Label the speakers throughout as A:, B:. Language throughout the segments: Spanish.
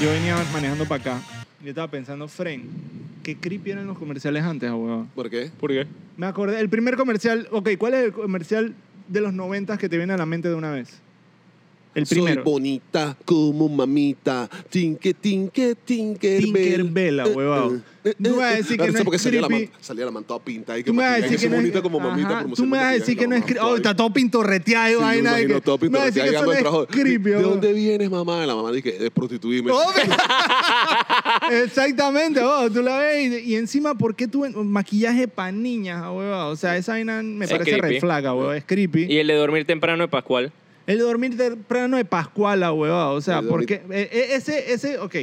A: Yo venía manejando para acá. Yo estaba pensando, Fren, qué creepy eran los comerciales antes, ah, huevón.
B: ¿Por qué?
C: ¿Por qué?
A: Me acordé, el primer comercial, ok, ¿cuál es el comercial de los noventas que te viene a la mente de una vez? El primero.
B: Soy bonita como mamita. Tinque, tinque, tinque. Eh,
A: Tinkerbell, la huevado. No
B: Ah,
A: vas a decir que no es
B: salía la, man,
A: creepy.
B: salía la man toda pinta ahí. Que
A: Tú me vas a
B: maquillaje,
A: decir que
B: soy
A: no es
B: bonita como mamita.
A: Ajá,
B: pero no
A: Tú
B: sé
A: me vas a
B: maquillaje,
A: decir que
B: la
A: no es
B: man
A: creepy.
B: toda
A: Oh, está todo pintorreteado y
B: Sí, yo
A: vaina.
B: me
A: de
B: imagino
A: que-
B: todo
A: Me vas a decir
B: pintorreteado
A: que eso
B: llegando
A: no
B: al trabajo.
A: es creepy, ¡Oh!
B: ¿De
A: huevón.
B: dónde vienes, mamá? La mamá dice, es prostituirme.
C: Pues
A: Obvio. Exactamente, vos, tú la ves y, y encima, ¿por qué tú en- maquillaje para niñas, ah, huevón? O sea, esa vaina me
C: Es
A: parece re
C: creepy.
A: flaca, huevón, es creepy.
C: Y el de dormir temprano de Pascual.
A: El dormir temprano de Pascual, la huevada. O sea,
B: El dormir-
A: porque eh, eh, ese, ese, ok.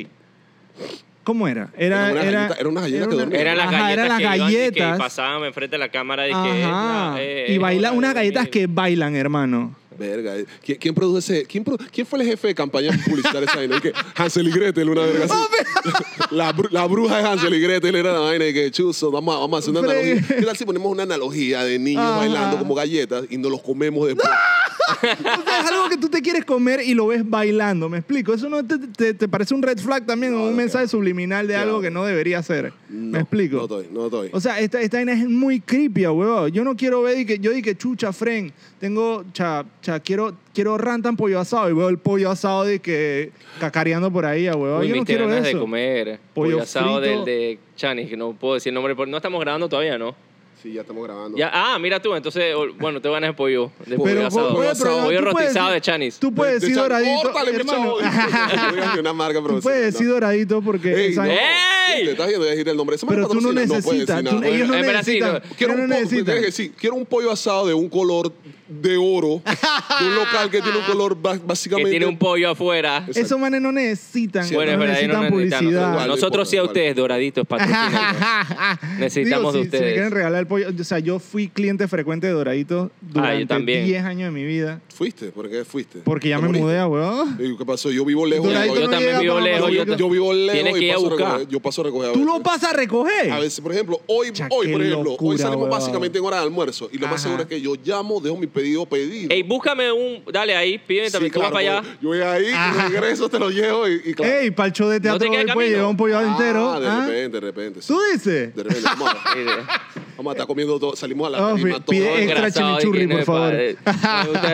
A: ¿Cómo era? Era,
B: Eran unas
A: era,
B: galletas- eran unas galletas que dormían.
C: Eran las
A: Ajá,
C: galletas
A: eran las
C: que iban y que
A: galletas.
C: pasaban enfrente de la cámara y que...
A: Ajá.
C: "No, eh,
A: y
C: es
A: baila,
C: hora de
A: unas galletas
C: dormir".
A: que bailan, hermano.
B: Verga. eh. ¿Qui- ¿Quién produjo ese? ¿Quién, produ- ¿Quién fue el jefe de campaña publicitaria esa vaina? Y que Hansel y Gretel, una verga así. la, bru- la bruja de Hansel y Gretel era la vaina y que chuzo, vamos a, vamos a hacer una
A: Fre-
B: analogía. ¿Qué tal si ponemos una analogía de niños
A: Ajá. ¡Ah!
B: bailando como galletas y nos los comemos después?
A: O sea, es algo que tú te quieres comer y lo ves bailando, ¿me explico? ¿Eso no te, te- te parece un red flag también o un mensaje subliminal de algo que no debería ser?
B: No,
A: ¿Me explico?
B: No estoy, no estoy.
A: O sea, esta, esta vaina es muy creepy, huevón. Yo no quiero ver y que yo di que chucha, fren. Tengo cha, cha, quiero, quiero rantan pollo asado y veo el pollo asado de que cacareando por ahí, huevón.
C: Uy,
A: Yo
C: mis
A: no quiero
C: ganas
A: ver
C: de
A: eso.
C: comer.
A: Pollo
C: Pollo asado
A: frito.
C: del de Chani, que no puedo decir el nombre. porque No estamos grabando todavía, ¿no?
B: sí, ya estamos grabando.
C: Ya, ah, mira tú, entonces, o- bueno, te ganas de pollo.
B: Pero,
C: De pollo
A: Pero,
C: asado.
A: oye, pero no,
C: pollo
A: tú puedes
C: rostizado
A: decir-
C: de Chanis.
A: Tú puedes
B: De- de
A: decir
B: chavo,
A: doradito,
B: ¡Órale, mi
A: hermano.
B: chavo! Oigan, que una marca
A: Tú puedes decir
B: profesional.
A: doradito porque...
B: Ey,
A: esa-
B: no,
C: ¡Ey!
B: Te estás viendo, ya dijiste el nombre. Esa
A: pero
B: marca
A: tú no
B: patrocina, puedes
A: necesitas.
B: decir
A: tú-
B: nada.
A: ellos no
C: Es verdad, sí,
A: necesitan.
C: no.
B: Quiero
A: ellos
B: un,
A: no
B: pollo,
A: necesitan.
B: tienes que decir, quiero un pollo asado de un color de oro, de un local que tiene un color ba-
C: que
B: básicamente.
C: tiene un pollo afuera.
B: Exacto.
A: Esos manes no necesitan.
B: Sí,
A: no
C: Bueno, es verdad, ahí no
A: necesitan
C: necesitan
A: publicidad.
C: nosotros. Nosotros sí a
B: Vale,
C: ustedes, doraditos, patrocinados. Necesitamos
A: Digo,
C: de
A: si- Si me
C: ustedes.
A: quieren regalar el pollo, o sea, yo fui cliente frecuente de Doradito durante
C: Ah, también.
A: 10 años de mi vida.
B: ¿Fuiste? ¿Por qué fuiste?
A: Porque ya
B: ¿Te
A: me
B: moriste?
A: mudé a huevón.
B: Ey, ¿Qué pasó? Yo vivo lejos.
A: Doradito
C: yo
B: yo,
A: no
C: también
A: llega
C: vivo
A: para
C: lejos.
A: Panamá.
C: yo-
B: yo vivo lejos
C: Tienes que
B: y
C: ir a
B: paso a recoger.
C: buscar.
B: Yo paso a recoger. a
A: Tú lo
B: veces.
A: pasas a recoger.
B: A veces, por ejemplo, hoy,
A: Cha,
B: hoy
A: qué
B: por ejemplo, hoy
A: locura,
B: salimos
A: huevón.
B: básicamente en hora de almuerzo y lo más
A: Ajá.
B: seguro es que yo llamo, dejo mi pedido pedido.
C: Ey, búscame un. Dale ahí, pídeme
B: Sí,
C: también, tú vas
B: claro,
C: para allá.
B: porque Yo voy ahí,
A: Ajá.
B: regreso, te lo llevo y, y claro.
A: Ey, para el show de teatro
C: queda
A: hoy puede
C: camino?
A: llevar un pollo entero.
B: Ah, de
A: ¿ah?
B: repente, de repente. sí.
A: ¿Tú dices?
B: De repente, vamos a,
C: Eh,
B: vamos a estar comiendo todo. Salimos a la
A: Oh,
B: tarima
A: pi-
B: todos.
A: pide extra
C: Engrasado,
A: chimichurri,
C: y que
A: por
C: no,
A: favor.
C: pa,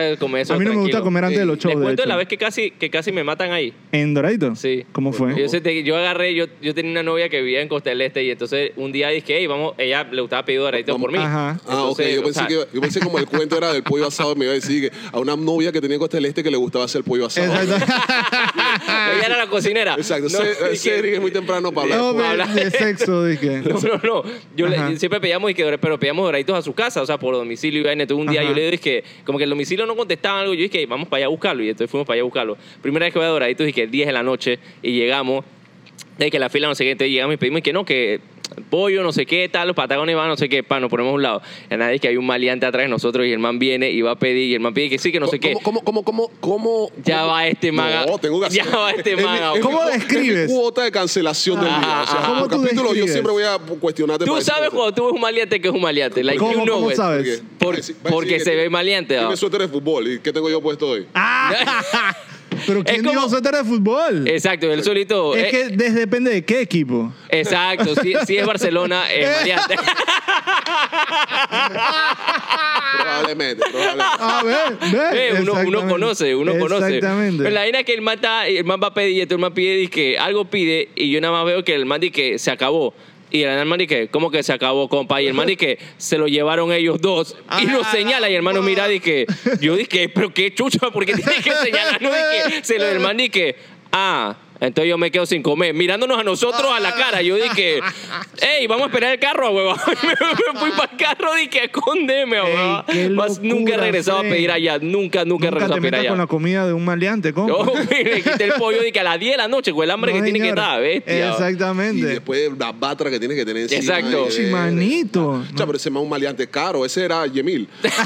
C: eh, me gusta comer eso
A: a mí no me gusta
C: tranquilo.
A: comer antes de los
B: Ey,
A: shows.
C: Les
A: de
C: cuento
A: hecho.
C: la vez que casi, que casi me matan ahí.
A: ¿En Doradito?
C: Sí.
A: ¿Cómo fue?
C: Yo, se te- yo agarré, yo, yo tenía una novia que vivía en Costa del Este y entonces un día dije, hey, vamos, ella le gustaba pedir doradito
B: Vamos.
C: por mí.
A: Ajá.
B: Ah, ok.
C: Entonces,
B: Yo
C: o
B: pensé,
C: sea,
B: que, yo pensé como el cuento era del pollo asado. Me iba a decir que a una novia que tenía en Costa del Este que le gustaba hacer pollo asado.
A: Exacto.
C: Ella era la
A: Ah.
C: cocinera.
B: Exacto.
C: No,
B: se-
C: dije-
B: eh, serie que es muy temprano para hablar.
A: No,
B: de pollo.
A: pero de sexo, dije.
C: No, no, no. Yo le-
A: Ajá.
C: siempre pedíamos, y que, pero pedíamos doraditos a su casa, o sea, por domicilio. Y vaina. Entonces, un día
A: Ajá.
C: yo le dije, que, como que el domicilio no contestaba algo, yo dije, vamos para allá a buscarlo. Y entonces fuimos para allá a buscarlo. Primera vez que voy a doraditos, dije, 10 de la noche, y llegamos, de que la fila no sé qué, entonces llegamos y pedimos, y que no, que pollo, no sé qué, tal, los patagones van, no sé qué, pa, nos ponemos a un lado. Y nadie que hay un maleante atrás de nosotros, y el man viene y va a pedir, y el man pide que sí, que no sé qué.
B: ¿Cómo, cómo, cómo, cómo?
C: Ya
B: cómo-
C: va este maga.
B: No, tengo que hacer-
C: Ya va este
B: es mi-
C: maga. Ah,
B: es mi
A: ¿Cómo
B: cu-
A: describes?
B: Es mi cuota de cancelación del día. O sea,
A: ¿Cómo
B: por
A: tú
B: capítulo yo
A: describes?
B: siempre voy a cuestionarte.
C: Tú
B: para
C: sabes
B: decirte.
C: cuando tú ves un maleante que es un maleante. Like,
A: ¿Cómo-
C: you know
A: cómo
C: it.
A: sabes?
B: Porque- va a
C: Por-
B: decir- va a decir
C: porque
B: que
C: se
B: tiene-
C: ve maleante, ¿no?
B: Tiene suéter de fútbol. ¿Y qué tengo yo puesto hoy?
A: Ah, pero ¿quién
C: como-
A: dijo suéter de fútbol?
C: Exacto, él solito.
A: es
C: eh,
A: que des- depende de qué equipo.
C: Exacto, si, si es Barcelona, eh, es Mariante.
B: Probablemente, probablemente.
A: A ver,
C: Eh, uno, uno
A: Exactamente.
C: conoce, uno conoce.
A: Exactamente.
C: Pero la vaina es que el man, está- el man va a pedir, y entonces el man pide, que algo pide, y yo nada más veo que el man dice que se acabó. Y el man dice, ¿cómo que se acabó, compa? Y el man dice que se lo llevaron ellos dos. Y nos
A: Ah.
C: señala, y el hermano mira, dice, yo dije, pero qué chucha, porque tiene que señalar? No, dije, se lo el man dice, ah, entonces yo me quedo sin comer, mirándonos a nosotros a la cara. Yo dije, hey, vamos a esperar el carro, huevón. Me fui para el carro, dije, escóndeme,
A: Ey,
C: huevón.
A: qué
C: Más nunca he
A: locura,
C: regresado
A: Fred.
C: a pedir allá, nunca, nunca he
A: Nunca
C: regresado
A: te
C: a pedir
A: metas
C: allá.
A: con la comida de un maleante, compa.
C: Yo Oh, le quité el pollo y que a las 10 de la noche, con el hambre
A: No,
C: que tiene que
A: señor.
C: estar, bestia.
B: Y
A: Exactamente.
B: después la batra que tienes que tener encima.
C: Exacto.
B: Ay,
A: Chimanito.
B: Cha, pero ese man un maleante caro. Ese era Yemil. Verga,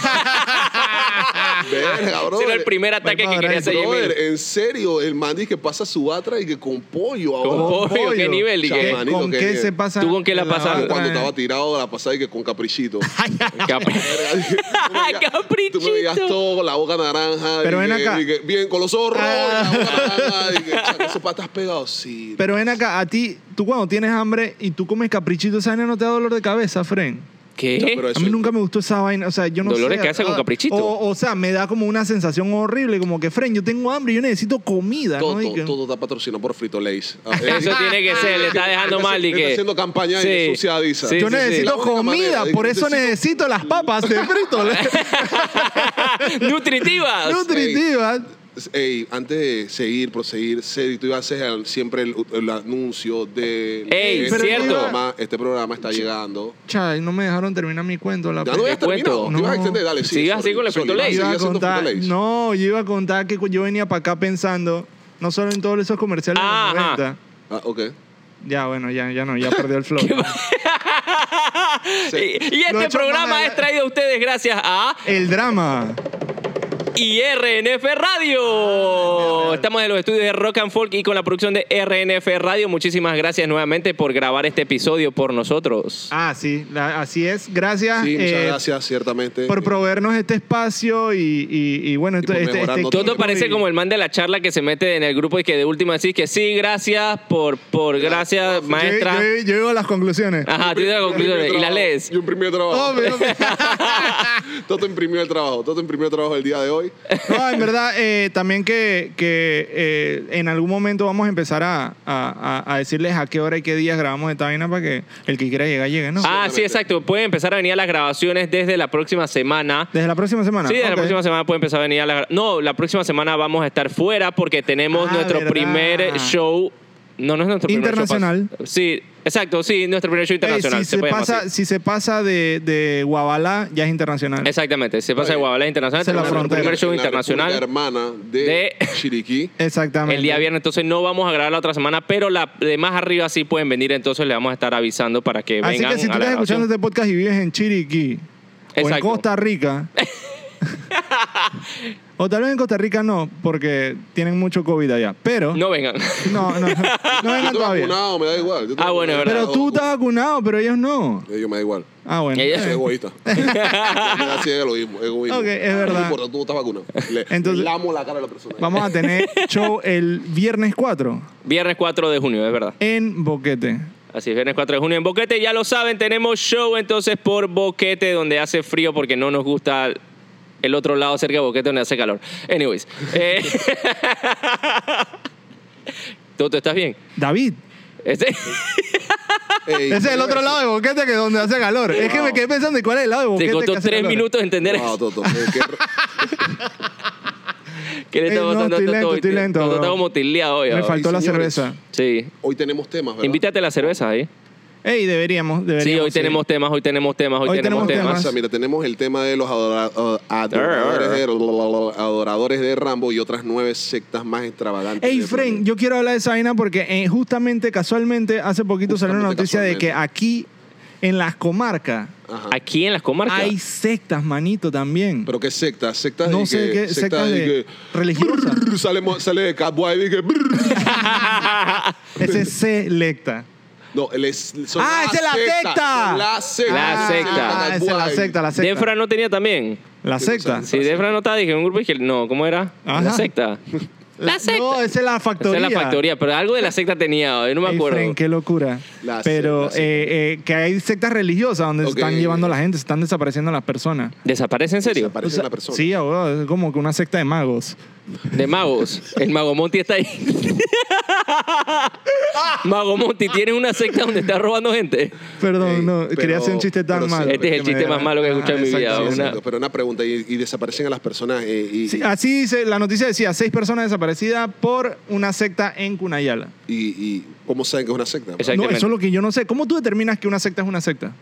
B: brother.
C: Ese era el
B: eh,
C: primer ataque que quería hacer Jimmy.
B: Brother, en serio, el man dice que pasa su atra y que con pollo
C: Con
B: ahora.
C: pollo, qué nivel.
A: ¿Qué-
C: dije,
B: Chamanito,
A: ¿Con
B: qué
A: qué,
B: bien.
A: se pasa?
C: ¿Tú con qué la pasaste?
A: otra,
B: Cuando
A: eh?
B: estaba tirado la pasada y que con caprichito.
C: Capri-
B: Tú me veías-
C: Caprichito.
B: Tú me veías todo con la boca naranja.
A: Pero
B: y
A: ven
B: que-
A: acá.
B: y que bien, con los zorros.
A: Ah.
B: Y la boca naranja. Y que, chaco, esos patas pegados. Sí.
A: Pero ven acá, a ti, tú cuando tienes hambre y tú comes caprichito, esa vaina no te da dolor de cabeza, Fren.
B: Ya,
C: ¿Qué?
B: pero
A: A
B: eso-
A: mí nunca me gustó esa vaina, o sea, yo no
C: Dolor
A: sé.
C: Pues de cabeza con
A: ah,
C: caprichito.
A: O, o sea, me da como una sensación horrible, como que, Fren, yo tengo hambre, yo necesito comida,
B: Todo,
A: ¿no? Y
B: todo,
A: que-
B: todo está patrocinado por Frito Lays. Ah, eh,
C: Eso tiene que ser, le está dejando
B: Está
C: mal.
B: haciendo-
C: dije.
B: está haciendo campaña
C: Sí.
B: ensuciadiza.
C: Sí,
A: Yo
C: sí, sí.
A: necesito
B: La única
A: comida,
B: manera,
A: por eso
B: necesito-
A: necesito las papas de frito,
B: Ah,
C: Nutritivas.
A: nutritivas.
B: Ey, antes de seguir, proseguir, Cedi, tú ibas a hacer el- siempre el, el anuncio de
C: Ey,
B: este,
A: pero
C: cierto.
B: programa, este programa está llegando.
A: Chay, no me dejaron terminar mi cuento. La
B: Ya
A: pena.
B: no habías terminado.
A: cuento.
B: Te ibas a
A: No.
B: extender, dale. Sí,
C: Sigas así
B: sorry,
C: con el
B: sorry,
C: Frito
B: no,
C: Lay.
A: Yo
B: sigas
A: iba a
B: haciendo
A: contar-
B: Frito Lays.
A: no, yo iba a contar que yo venía para acá pensando, no solo en todos esos comerciales de los
C: Ajá.
A: 90.
B: Ah, ok.
A: Ya, bueno, ya, ya no, ya perdió el flow.
B: Sí.
C: Y, y
A: Lo he
C: este
A: hecho eh. más
C: programa
A: allá.
C: es traído a ustedes gracias a
A: el drama.
C: IRNF
B: Ah,
C: Radio. Estamos en los estudios de Rock and Folk y con la producción de RNF Radio. Muchísimas gracias nuevamente por grabar este episodio por nosotros.
A: Ah, sí, la- así es. Gracias,
B: Sí, muchas
A: eh,
B: gracias, ciertamente.
A: por proveernos este espacio y, y- y bueno, esto-
B: por
A: este,
B: mejorar
A: este
B: nosotros.
C: Toto
A: equipo
C: parece
A: y-
C: como el man de la charla que se mete en el grupo y que de última decís que sí, gracias por, por gracias,
A: Yo-
C: maestra.
A: Yo, yo llego a las conclusiones.
B: Ah,
C: Ajá, tú dices las
B: Yo imprimí el
C: conclusiones y las
B: trabajo.
C: lees.
B: Yo imprimí el trabajo.
A: Hombre, hombre.
B: Toto imprimió el trabajo. Toto imprimió el trabajo el día de hoy.
A: No, en verdad, eh, también que, que, eh, en algún momento vamos a empezar a, a- a- a decirles a qué hora y qué días grabamos esta vaina para que el que quiera llegar llegue, ¿no?
C: Ah, sí, exacto. Pueden empezar a venir a las grabaciones desde la próxima semana.
A: Desde la próxima semana.
C: Sí, desde la
A: Ok.
C: próxima semana puede empezar a venir a la... No, la próxima semana vamos a estar fuera porque tenemos
A: Ah,
C: nuestro
A: verdad.
C: primer show... No, no es nuestro primer show.
A: Internacional.
C: pas- Sí, exacto, sí, nuestro primer show
A: Ey,
C: internacional.
A: si,
C: se
A: se
C: puede llamar
A: pasa,
C: así.
A: si se pasa de, de Guabalá, ya es internacional.
C: Exactamente, se pasa
B: Oye,
C: de Guadalajara Internacional.
A: esa es la
C: tenemos nuestro
A: frontera.
C: primer show
B: En la
C: internacional.
B: República hermana de,
C: De-
B: Chiriquí.
A: Exactamente.
C: El día viernes, entonces no vamos a grabar la otra semana, pero la de más arriba sí pueden venir, entonces le vamos a estar avisando para que
A: Así
C: vengan
A: que si tú
C: a la
A: estás escuchando
C: grabación.
A: este podcast y vives en Chiriquí o en
C: Exacto.
A: Costa Rica. o tal vez en Costa Rica no, porque tienen mucho COVID allá. Pero.
C: No vengan.
A: No, no. No
B: Yo
A: vengan
B: estoy
A: todavía.
B: vacunado, me da igual. Yo estoy
C: Ah, bueno, es
B: vacunado.
A: Pero tú estás vacunado, pero ellos no.
B: Ellos me da igual.
A: Ah, bueno.
C: Ella-
B: Soy egoísta. Así es egoísmo. egoísmo.
A: Ok, es
B: No
A: verdad.
B: me importa, tú estás vacunado. Le,
A: Entonces-
B: le lamo la cara a la persona.
A: Vamos a tener show el viernes 4
C: Viernes 4 de junio, es verdad.
A: en Boquete.
C: Así es, viernes 4 de junio en Boquete. Ya lo saben, tenemos show entonces por Boquete, donde hace frío porque no nos gusta el otro lado cerca de Boquete donde hace calor. Anyways. Eh... Toto, ¿estás bien?
A: David.
C: Este-
B: Ey,
A: Ese es el
B: ¿qué
A: otro
B: ves?
A: lado de Boquete que es donde hace calor. Es que me quedé pensando en cuál es el lado de Boquete.
C: Te
A: que
C: costó
A: hace
C: tres
A: calor.
C: minutos entender
B: Wow, Toto. eh, qué r-
C: que le
A: Ey,
C: está
A: Eh, no,
C: pasando a
A: estoy
C: Toto
A: lento,
C: hoy.
A: estoy lento,
C: Toto está
A: bro.
C: como tildeado hoy.
A: Me
C: ahora.
A: faltó la
B: señores.
A: cerveza.
C: Sí.
B: Hoy tenemos temas, ¿verdad?
C: Invítate las cervezas ahí.
A: Ey, deberíamos, deberíamos.
C: Sí, hoy tenemos temas, hoy tenemos temas, hoy, tenemos, temas.
B: Marcia, mira, tenemos el tema de los adora- uh, adoradores, de, adoradores de Rambo y otras nueve sectas más extravagantes.
A: Ey,
B: del
A: Fren,
B: planeta.
A: yo quiero hablar de esa vaina porque eh, justamente, casualmente, hace poquito salió una
B: Justamente,
A: noticia de que
B: casualmente.
A: aquí, en las comarcas,
B: Ajá.
C: Aquí en las comarcas.
A: hay sectas, manito, también.
B: ¿Pero qué sectas? ¿Sectas
A: No
B: de
A: sé
B: que,
A: qué, sectas de- religiosas.
B: brrr, sale, mo- sale de Catboy y que... brrr.
A: Ese es selecta.
B: No, el es, son
A: ¡Ah,
B: las
A: esa es la
B: sectas,
A: secta!
B: son las sectas.
C: La
A: Ah,
C: secta.
A: esa es la
B: Catboy.
A: secta, la secta.
C: Defra no tenía también.
A: La secta.
C: Sí, Defra no estaba, dije, un grupo dije, no, ¿cómo era?
A: Ajá.
C: La secta. La secta.
A: No, esa es la
C: Esa
A: factoría.
C: es la factoría, pero algo de la secta tenía, yo no me
A: Ey,
C: acuerdo.
A: Fren, qué locura.
B: La
A: Pero
B: secta, sí.
A: eh, eh, que hay sectas religiosas donde
B: Ok.
A: se están llevando a la gente, se están desapareciendo las personas.
C: ¿Desaparece en serio?
B: Desaparece
A: O sea,
B: la persona.
A: Sí, abogado, es como que una secta de magos.
C: De magos. El Mago Monty está ahí. Mago Monty, ¿tienes una secta donde está robando gente?
A: Perdón,
B: Ey,
A: no,
B: pero-
A: quería hacer un chiste tan
B: pero sí,
A: malo.
B: Este
C: es el
A: que me
C: chiste más
A: da-
C: malo que he escuchado en mi
A: Ajá,
C: vida,
A: exacto, sí,
B: Sí,
C: una-
A: sí.
B: Ah, exacto. Pero una pregunta, ¿y, y desaparecen a las personas? eh, y,
A: Sí, así dice, la noticia decía, seis personas desaparecidas por una secta en Cunayala.
B: y, y cómo saben que es una secta?
C: Exacto.
A: No,
C: Exactamente.
A: eso es lo que yo no sé. ¿Cómo tú determinas que una secta es una secta?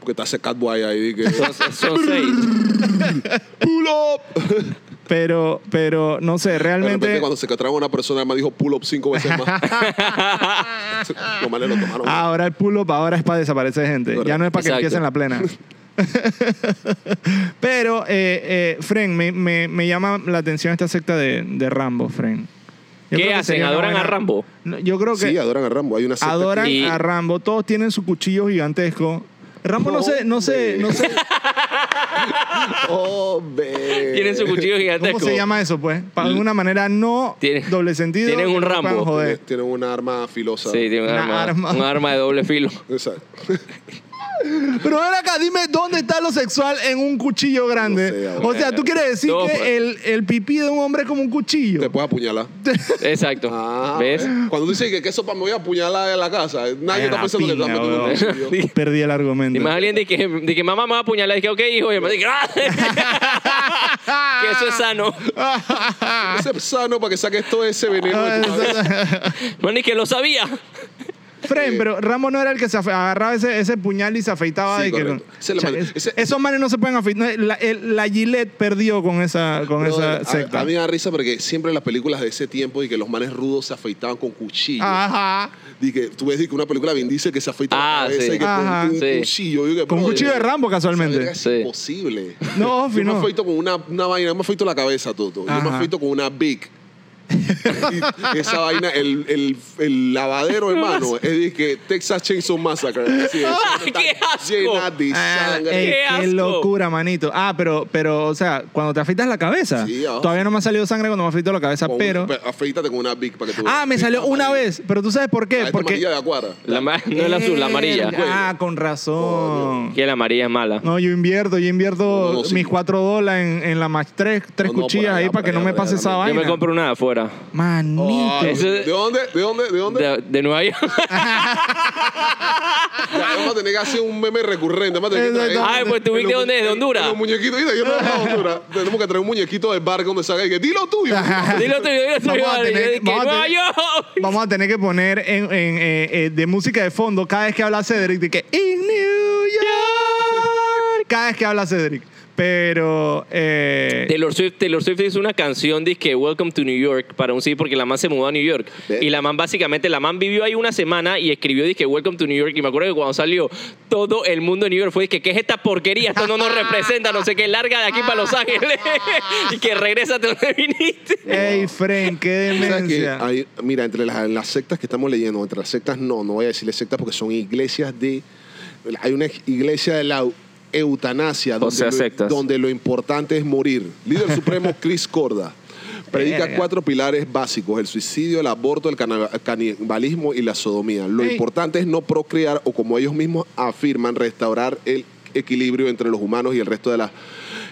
B: Porque está ese Catboy ahí que...
C: Son- Son seis.
B: ¡Pull up!
A: Pero, pero, no sé,
B: De repente
A: realmente...
B: cuando se catraba una persona, además dijo pull up cinco veces más. Lo malo lo tomaron.
A: Ah, Ahora el pull-up ahora es para desaparecer gente.
B: Correcto.
A: Ya no es para que
C: Exacto.
A: empiecen la plena. Pero, eh, eh, Fren, me, me- me llama la atención esta secta de, de Rambo, Fren. Yo
C: ¿Qué
A: creo que
C: hacen?
A: sería una
C: ¿Adoran a Rambo?
A: No, Yo creo que
B: Sí, adoran a Rambo. Hay una secta
A: adoran
B: que-
C: Y-
A: a Rambo. Todos tienen su cuchillo gigantesco. Rambo no,
B: No,
A: sé, no sé,
B: hombre.
A: no sé.
B: Oh, Hombre.
C: Tienen su cuchillo gigantesco.
A: ¿Cómo se llama eso, pues? Pa- De alguna manera no
C: Tienen-
A: doble sentido.
C: tienen un
A: que no
C: Rambo.
A: puedan
B: Tiene-
A: joder.
B: Tienen una arma filosa.
C: Sí, tiene un
A: Una
C: arma,
A: arma.
C: un arma de doble filo.
B: Exacto.
A: Pero ven acá, dime dónde está lo sexual en un cuchillo grande.
B: No sé, ahora.
A: o sea, tú quieres decir
C: No, pues.
A: que el, el pipí de un hombre es como un cuchillo.
B: Te puedes apuñalar.
C: Exacto.
B: Ah,
C: ¿Ves?
B: Cuando tú dices que, que eso para me voy a apuñalar en la casa, nadie
A: Ay,
B: está
C: Ah,
A: la
B: pensando que te
A: pinga,
B: vas a meter un
A: weón.
B: cuchillo.
A: Perdí el
C: Y
A: argumento.
C: más alguien de que, de que mamá me va a apuñalar. Dije, ok, hijo. Y el man dice, "Ah". que eso es sano.
A: Ah.
B: Ese es sano para que saques todo ese veneno de tu cabeza.
C: Man, ni que lo sabía.
A: Fren, pero Rambo no era el que se afe- agarraba ese, ese puñal y se afeitaba.
B: Sí,
A: de que
B: correcto. Ese
A: O sea,
B: es la man-
A: es-
B: ese-
A: esos manes no se pueden afeitar. La, el- la Gillette perdió con esa, con
B: Brother,
A: esa
B: a-
A: secta.
B: A, mí me da risa porque siempre en las películas de ese tiempo y que los manes rudos se afeitaban con cuchillo.
A: Ah, Ajá.
B: Y que tú ves y que una película de Vin Diesel que se afeita
C: Ah,
B: la cabeza
C: sí.
B: y que
A: Ajá.
B: con un
C: Sí.
B: cuchillo. Yo digo,
A: Con un
B: brother,
A: cuchillo de Rambo, casualmente.
B: esa verga Es
C: Sí.
B: imposible.
A: No,
B: Yo
A: Ofi,
B: me
A: no.
B: afeito con una, una vaina, yo me afeito la cabeza, Toto. Yo me
A: Ajá.
B: afeito con una Big. Y esa vaina, el, el, el lavadero, hermano, es de que Texas Chainsaw Massacre. Sí, eso
C: Ah,
B: está
C: qué asco.
B: Llena de
A: Ah,
B: sangre.
A: ey,
C: ¡Qué
A: qué
C: asco!
A: locura, manito. Ah, pero, pero, o sea, cuando te afeitas la cabeza.
B: Sí, ah.
A: Todavía no me ha salido sangre cuando me afeito la cabeza,
B: Con-
A: pero.
B: afeítate con una Big para que tú
A: Ah, me salió una vez. Pero tú sabes por qué.
B: Porque...
A: Porque.
B: de acuara.
C: La ma- no es la azul, la amarilla.
A: Ah, con razón.
C: Que la amarilla es mala.
A: No, yo invierto, yo invierto
B: No, no, no, sí.
A: mis cuatro dólares en, en la más tres, tres
B: No, no, por
A: cuchillas
B: allá,
A: ahí
B: por
A: para que
B: allá,
A: no me
B: por allá
A: pase esa
B: también.
C: Yo
A: vaina.
C: me compro una de afuera.
A: Manito.
B: Ay,
C: Eso-
B: ¿De dónde? ¿De dónde? ¿De dónde?
C: De, de Nueva York.
B: Ya, Vamos a tener que hacer un meme recurrente. Vamos a tener que traer-
A: Exacto. Ay,
C: pues, ¿tú viste
B: los-
C: dónde es? ¿De
B: en-
C: Honduras?
B: en Los muñequitos. Mira, yo no hablo de Honduras. Tenemos que traer un muñequito de barco donde salga y que dilo tuyo.
C: Dilo tuyo, dilo tuyo.
A: Vamos a
C: Yo
A: tener-
C: dije,
A: vamos a
C: Nueva
A: tener-
C: York.
A: Vamos a tener que poner en, en, eh, eh, de música de fondo cada vez que habla Cedric, de que In New York. Cada vez que habla Cedric. Pero. eh,
C: Taylor Swift, Taylor Swift hizo una canción que Welcome to New York para un CD porque la man se mudó a New York.
B: Ve.
C: Y la man básicamente, la man vivió ahí una semana y escribió disque Welcome to New York. Y me acuerdo que cuando salió todo el mundo de New York fue que ¿qué es esta porquería? Esto no nos representa, no sé qué, larga de aquí para
A: Ah.
C: Los Ángeles y que regrésate donde viniste.
A: Ey, Fren, qué
B: ¿Sabes qué?
A: demencia.
B: Hay- mira, entre las, las sectas que estamos leyendo, entre las sectas no, no voy a decirle sectas porque son iglesias de. Hay una iglesia de la eutanasia donde,
C: sea,
B: lo,
C: sectas.
B: donde lo importante es morir. Líder supremo Chris Corda. Predica
A: Verga.
B: cuatro pilares básicos: el suicidio, el aborto, el cana- canibalismo y la sodomía. Lo
A: Ey.
B: importante es no procrear o, como ellos mismos afirman, restaurar el equilibrio entre los humanos y el resto de las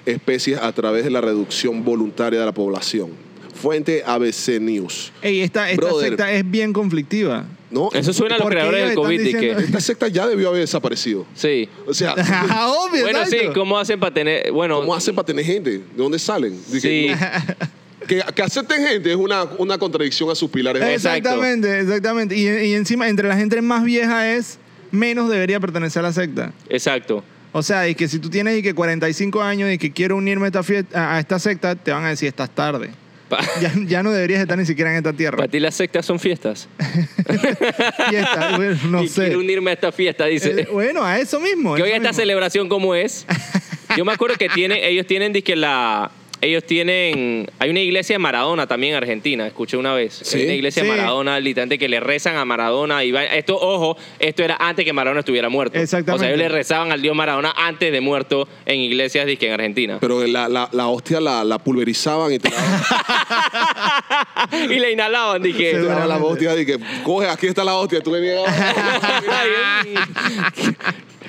B: especies a través de la reducción voluntaria de la población. Fuente ABC News.
A: Ey, esta, esta
B: Brother.
A: secta es bien conflictiva.
B: No,
C: Eso suena a los
A: ¿Por qué
C: creadores del
A: ellos
C: COVID.
A: están
C: disque.
A: diciendo-
B: esta secta ya debió haber desaparecido.
C: Sí.
B: O sea,
A: Ah, Obvio,
C: Bueno, sí,
A: exacto.
C: ¿cómo hacen para tener...? Bueno,
B: ¿cómo hacen para tener gente? ¿De dónde salen? Dije,
C: sí.
B: no. que, que acepten gente es una, una contradicción a sus pilares.
C: Exacto.
A: Exactamente, exactamente. Y, y encima, entre la gente más vieja es, menos debería pertenecer a la secta.
C: Exacto.
A: O sea, y que si tú tienes y que 45 años y que quiero unirme a esta, fiesta, a- a esta secta, te van a decir, estás tarde.
C: Para
A: Ya, ya no deberías estar ni siquiera en esta tierra.
C: ti las sectas son fiestas.
A: Fiesta, bueno, no
C: y
A: sé.
C: quiero unirme a esta fiesta, dice.
A: Eh, bueno, a eso mismo.
C: que
A: eso
C: hoy esta
A: mismo.
C: celebración cómo es. Yo me acuerdo que tienen, ellos tienen, dizque la, ellos tienen, hay una iglesia de Maradona también en Argentina, escuché una vez.
B: Sí.
C: Hay una iglesia de
A: Sí.
C: Maradona, literalmente que le rezan a Maradona y va- esto, ojo, esto era antes que Maradona estuviera muerto.
A: Exactamente.
C: O sea, ellos le rezaban al dios Maradona antes de muerto en iglesias dizque en Argentina.
B: Pero la, la, la hostia la, la pulverizaban y te daban,
C: y le inhalaban,
B: te
C: dije.
A: Sí.
B: daban la
A: Seguramente.
B: hostia y que coge, aquí está la hostia, tú le niegas.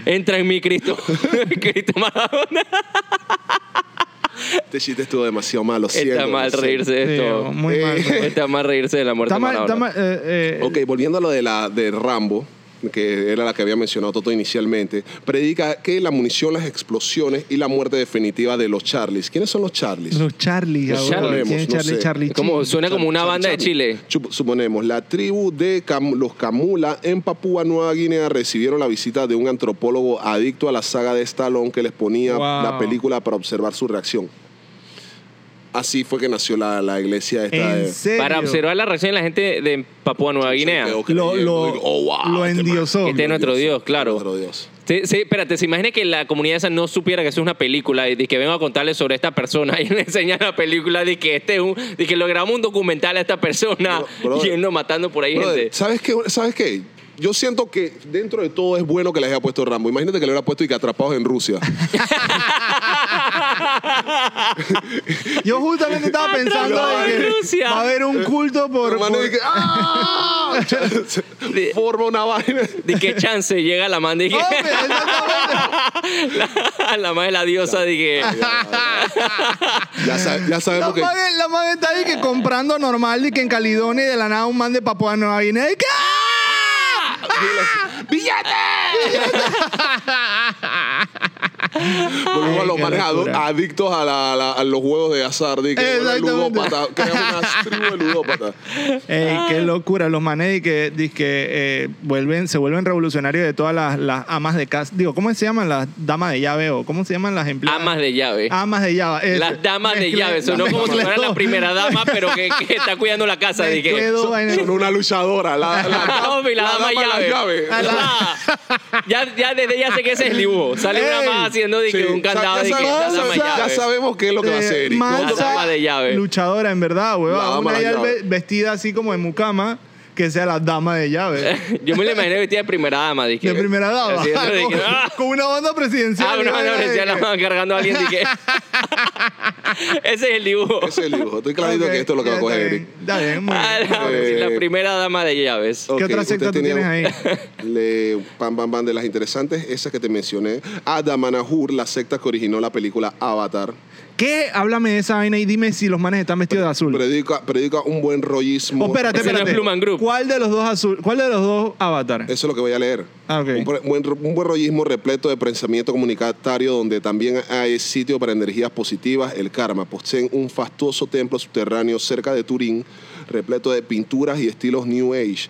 C: Entra en mí Cristo. Cristo Maradona.
B: Este chiste estuvo demasiado malo.
C: Está
B: siento,
C: mal
B: siento.
C: reírse de
A: Sí,
C: esto.
A: muy mal.
B: Eh,
C: Está mal reírse de la muerte
A: Está
C: de
A: mal,
C: Maradona.
A: está mal, eh, eh,
B: Ok, volviendo a lo de, la, de Rambo, que era la que había mencionado Toto inicialmente, predica que la munición, las explosiones y la muerte definitiva de los Charlies. ¿Quiénes son los Charlies?
A: Los Charlie,
B: Los
A: ahora,
B: Charlie,
A: ¿quién es
B: no
A: Charlie,
B: sé.
A: Charlie,
C: Como,
A: Chin?
C: suena como una
B: Char-
C: banda de
B: Charlie.
C: Chile.
B: Chup- Suponemos, la tribu de Cam- los Camula en Papúa Nueva Guinea recibieron la visita de un antropólogo adicto a la saga de Stallone que les ponía
A: Wow.
B: la película para observar su reacción. Así fue que nació la, la iglesia esta
A: ¿En
B: de...
A: serio?
C: eh? Para observar la reacción de la gente de Papua Nueva Guinea.
B: Yo me quedo
A: Lo-
B: creyendo,
A: lo-
B: digo, "Oh, wow,
A: lo
B: este man".
A: endiosó.
C: Este es nuestro Dios, claro.
B: Nuestro Dios.
C: Sí, sí, espérate, se imagina que la comunidad esa no supiera que eso es una película y de que vengo a contarle sobre esta persona y le enseñan la película de que este es un, de que logramos un documental a esta persona
B: Bro- brother.
C: y él no matando por ahí
B: Brother,
C: gente.
B: ¿sabes qué? ¿Sabes qué? Yo siento que dentro de todo es bueno que les haya puesto Rambo. Imagínate que le hubiera puesto y que atrapados en Rusia.
A: Yo justamente estaba pensando
C: Atrapado
A: de
C: en
A: que
C: Rusia.
A: va a haber un culto por,
B: Pero, man,
A: por-
B: y que, ¡ah! Forma una vaina.
C: De qué chance llega la man de que
A: ¡Oh, mira, exactamente!
C: la, la man de la diosa de que
B: Ya, sa- ya
A: La
B: sabemos que.
A: madre, la madre está ahí que comprando normal y que en Caledonia y de la nada un man de Papua Nueva Guinea. y que, ¡ah!
B: Volvemos a los
A: qué
B: manes adu-
A: locura.
B: adictos a, la- a la- a los juegos de azar. De que bueno, el
A: Exactamente.
B: ludópata. Que es una tribu de ludópata.
A: Ey,
C: Ah.
A: qué locura. Los manes di que, di que eh, vuelven, se vuelven revolucionarios de todas las, las amas de casa. Digo, ¿cómo se llaman las damas de llave o cómo se llaman las empleadas?
C: amas de llave.
A: Amas de llave. eso.
C: Las damas de
A: Mezclé-
C: llave, sonó
A: las
C: como si
A: mezclé
C: fueran la
A: dos.
C: primera dama, pero que, que está cuidando la casa. De
A: Mezclé
C: que,
A: dos vainas.
B: Son una luchadora. La, la,
C: No, mi, la dama
B: de las
C: llave.
B: llaves.
A: A la-
C: Ah, ya, ya desde ya sé que ese es el dibujo. Sale una
A: Ey,
C: más haciendo de que
B: Sí,
C: un
B: sa-
C: candado de
B: ya,
C: que
B: sabemos-
C: la dama
B: ya
C: llave.
B: sabemos qué es lo que va a
A: Eh,
B: hacer. y
A: mansa,
B: cómo-
C: La dama de llave.
A: Luchadora, en verdad,
B: La
A: weón.
B: dama
A: Una
B: de
A: ya
B: llave.
A: ve- vestida así como de mucama, que sea la dama de llave.
C: Yo me la imaginé vestida de primera dama. De, que,
A: De primera dama.
C: Así, de que,
A: con,
C: ah,
A: con una banda presidencial.
C: ah, una
A: y vaina
C: mano
A: de
C: parecía la
A: que-
C: mano cargando a alguien. De que, ese es el dibujo.
B: Ese es el dibujo. Estoy clarito
A: Ok,
B: que esto es lo que va a
A: ya
B: coger
A: está
B: Eric.
A: bien, Está bien, muy
C: Ah,
A: bien.
C: la,
B: Eh.
C: la primera dama de llaves.
A: ¿Qué
B: Ok,
A: otra
B: usted
A: secta tú
B: tenía-
A: tienes
B: Le, pam, pam, pam, de las interesantes, esas que te mencioné. Adamanahur, la secta que originó la película Avatar,
A: ¿Qué? Háblame de esa vaina y dime si los manes están vestidos de azul.
B: predica, predica un buen rollismo.
A: Oh, espérate,
C: Ese no es
A: espérate.
C: Blue Man Group.
A: ¿Cuál de los dos azul? ¿Cuál de los dos avatar?
B: Eso es lo que voy a leer.
A: Ah, ok.
B: Un, pre- buen, ro- un buen rollismo repleto de pensamiento comunitario donde también hay sitio para energías positivas, el karma. Poseen un fastuoso templo subterráneo cerca de Turín, repleto de pinturas y estilos New Age.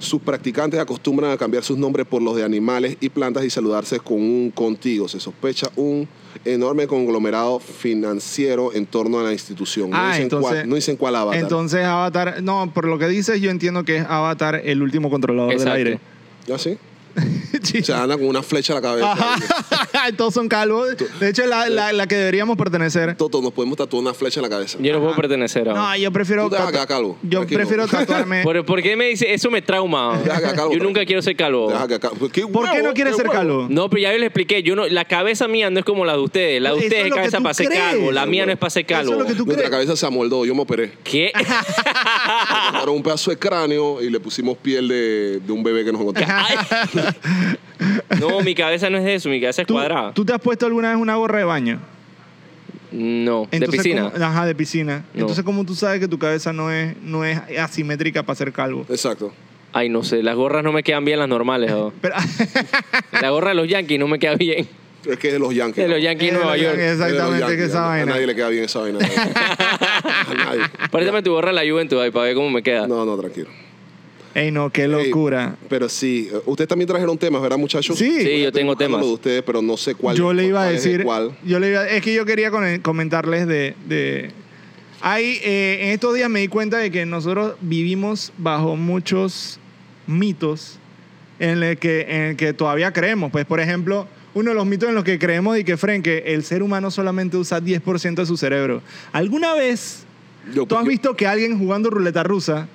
B: Sus practicantes acostumbran a cambiar sus nombres por los de animales y plantas y saludarse con un contigo. Se sospecha un enorme conglomerado financiero en torno a la institución. No,
A: ah,
B: dicen,
A: entonces.
B: cuál, no dicen cuál avatar.
A: Entonces, avatar. No, por lo que dices, yo entiendo que es avatar el último controlador
C: Exacto.
A: del aire.
B: ¿Ah, sí?
A: Sí.
B: Se andan con una flecha a la cabeza.
A: Ajá. Todos son calvos. De hecho, la, la, la que deberíamos pertenecer.
B: Toto, nos podemos tatuar una flecha en la cabeza.
C: Yo no puedo pertenecer a.
A: No, yo prefiero.
B: Tú te vas a
A: tatu-
B: quedar calvo,
A: Yo
B: tranquilo.
A: prefiero tatuarme.
C: ¿Por, por qué me dice? Eso me trauma.
B: Deja que acabo,
C: Yo
B: tranquilo.
C: nunca quiero ser calvo.
B: Deja que acabo. ¿Qué
A: ¿Por qué
B: huevo?
A: no quieres ser
B: huevo?
A: calvo?
C: No, pero ya yo le expliqué, yo no, la cabeza mía no es como la de ustedes, la de
A: Eso
C: ustedes
A: es
C: es
A: lo que
C: cabeza
A: tú
C: para ser
A: crees.
C: calvo, la mía no es para ser
A: Eso es
C: calvo.
A: lo que tú
B: Nuestra
A: crees. Ah.
B: cabeza se amoldó, yo me operé.
C: ¿Qué?
B: Cortaron un pedazo de cráneo y le pusimos piel de, de un bebé que nos encontró.
C: Ay. No, mi cabeza no es de eso, mi cabeza es
A: ¿Tú,
C: cuadrada.
A: ¿Tú te has puesto alguna vez una gorra de baño?
C: No, de
A: Entonces,
C: piscina.
A: ¿cómo- ajá, de piscina.
C: No.
A: Entonces, ¿cómo tú sabes que tu cabeza no es, no es asimétrica para ser calvo?
B: Exacto.
C: Ay, no sé, las gorras no me quedan bien las normales. ¿no?
A: Pero-
C: La gorra de los Yankees no me queda bien.
B: Es que es de los Yankees.
C: De los Yankees de Nueva York.
B: Es de los
A: Exactamente, que
B: Yankees,
A: esa
B: a- A
A: vaina.
B: nadie le queda bien esa vaina. a nadie.
C: Préstame tu gorra de la Juventud ahí para ver cómo me queda.
B: No, no, tranquilo.
A: Ey, no, qué locura.
B: Ey, pero sí, eh, ustedes también trajeron temas, ¿verdad, muchachos?
A: Sí.
C: Sí, yo tengo
B: buscando
C: temas.
B: lo de ustedes, pero no sé cuál.
A: yo le iba a
B: cuál es el
A: decir.
B: cuál.
A: Yo le iba- es que yo quería con- comentarles de. de- hay, eh, en estos días me di cuenta de que nosotros vivimos bajo muchos mitos en el que, en el que todavía creemos. Pues, por ejemplo, uno de los mitos en los que creemos y que, Fren, que el ser humano solamente usa 10% de su cerebro. ¿Alguna vez
B: Yo-
A: ¿Tú has
B: yo-
A: visto que alguien jugando ruleta rusa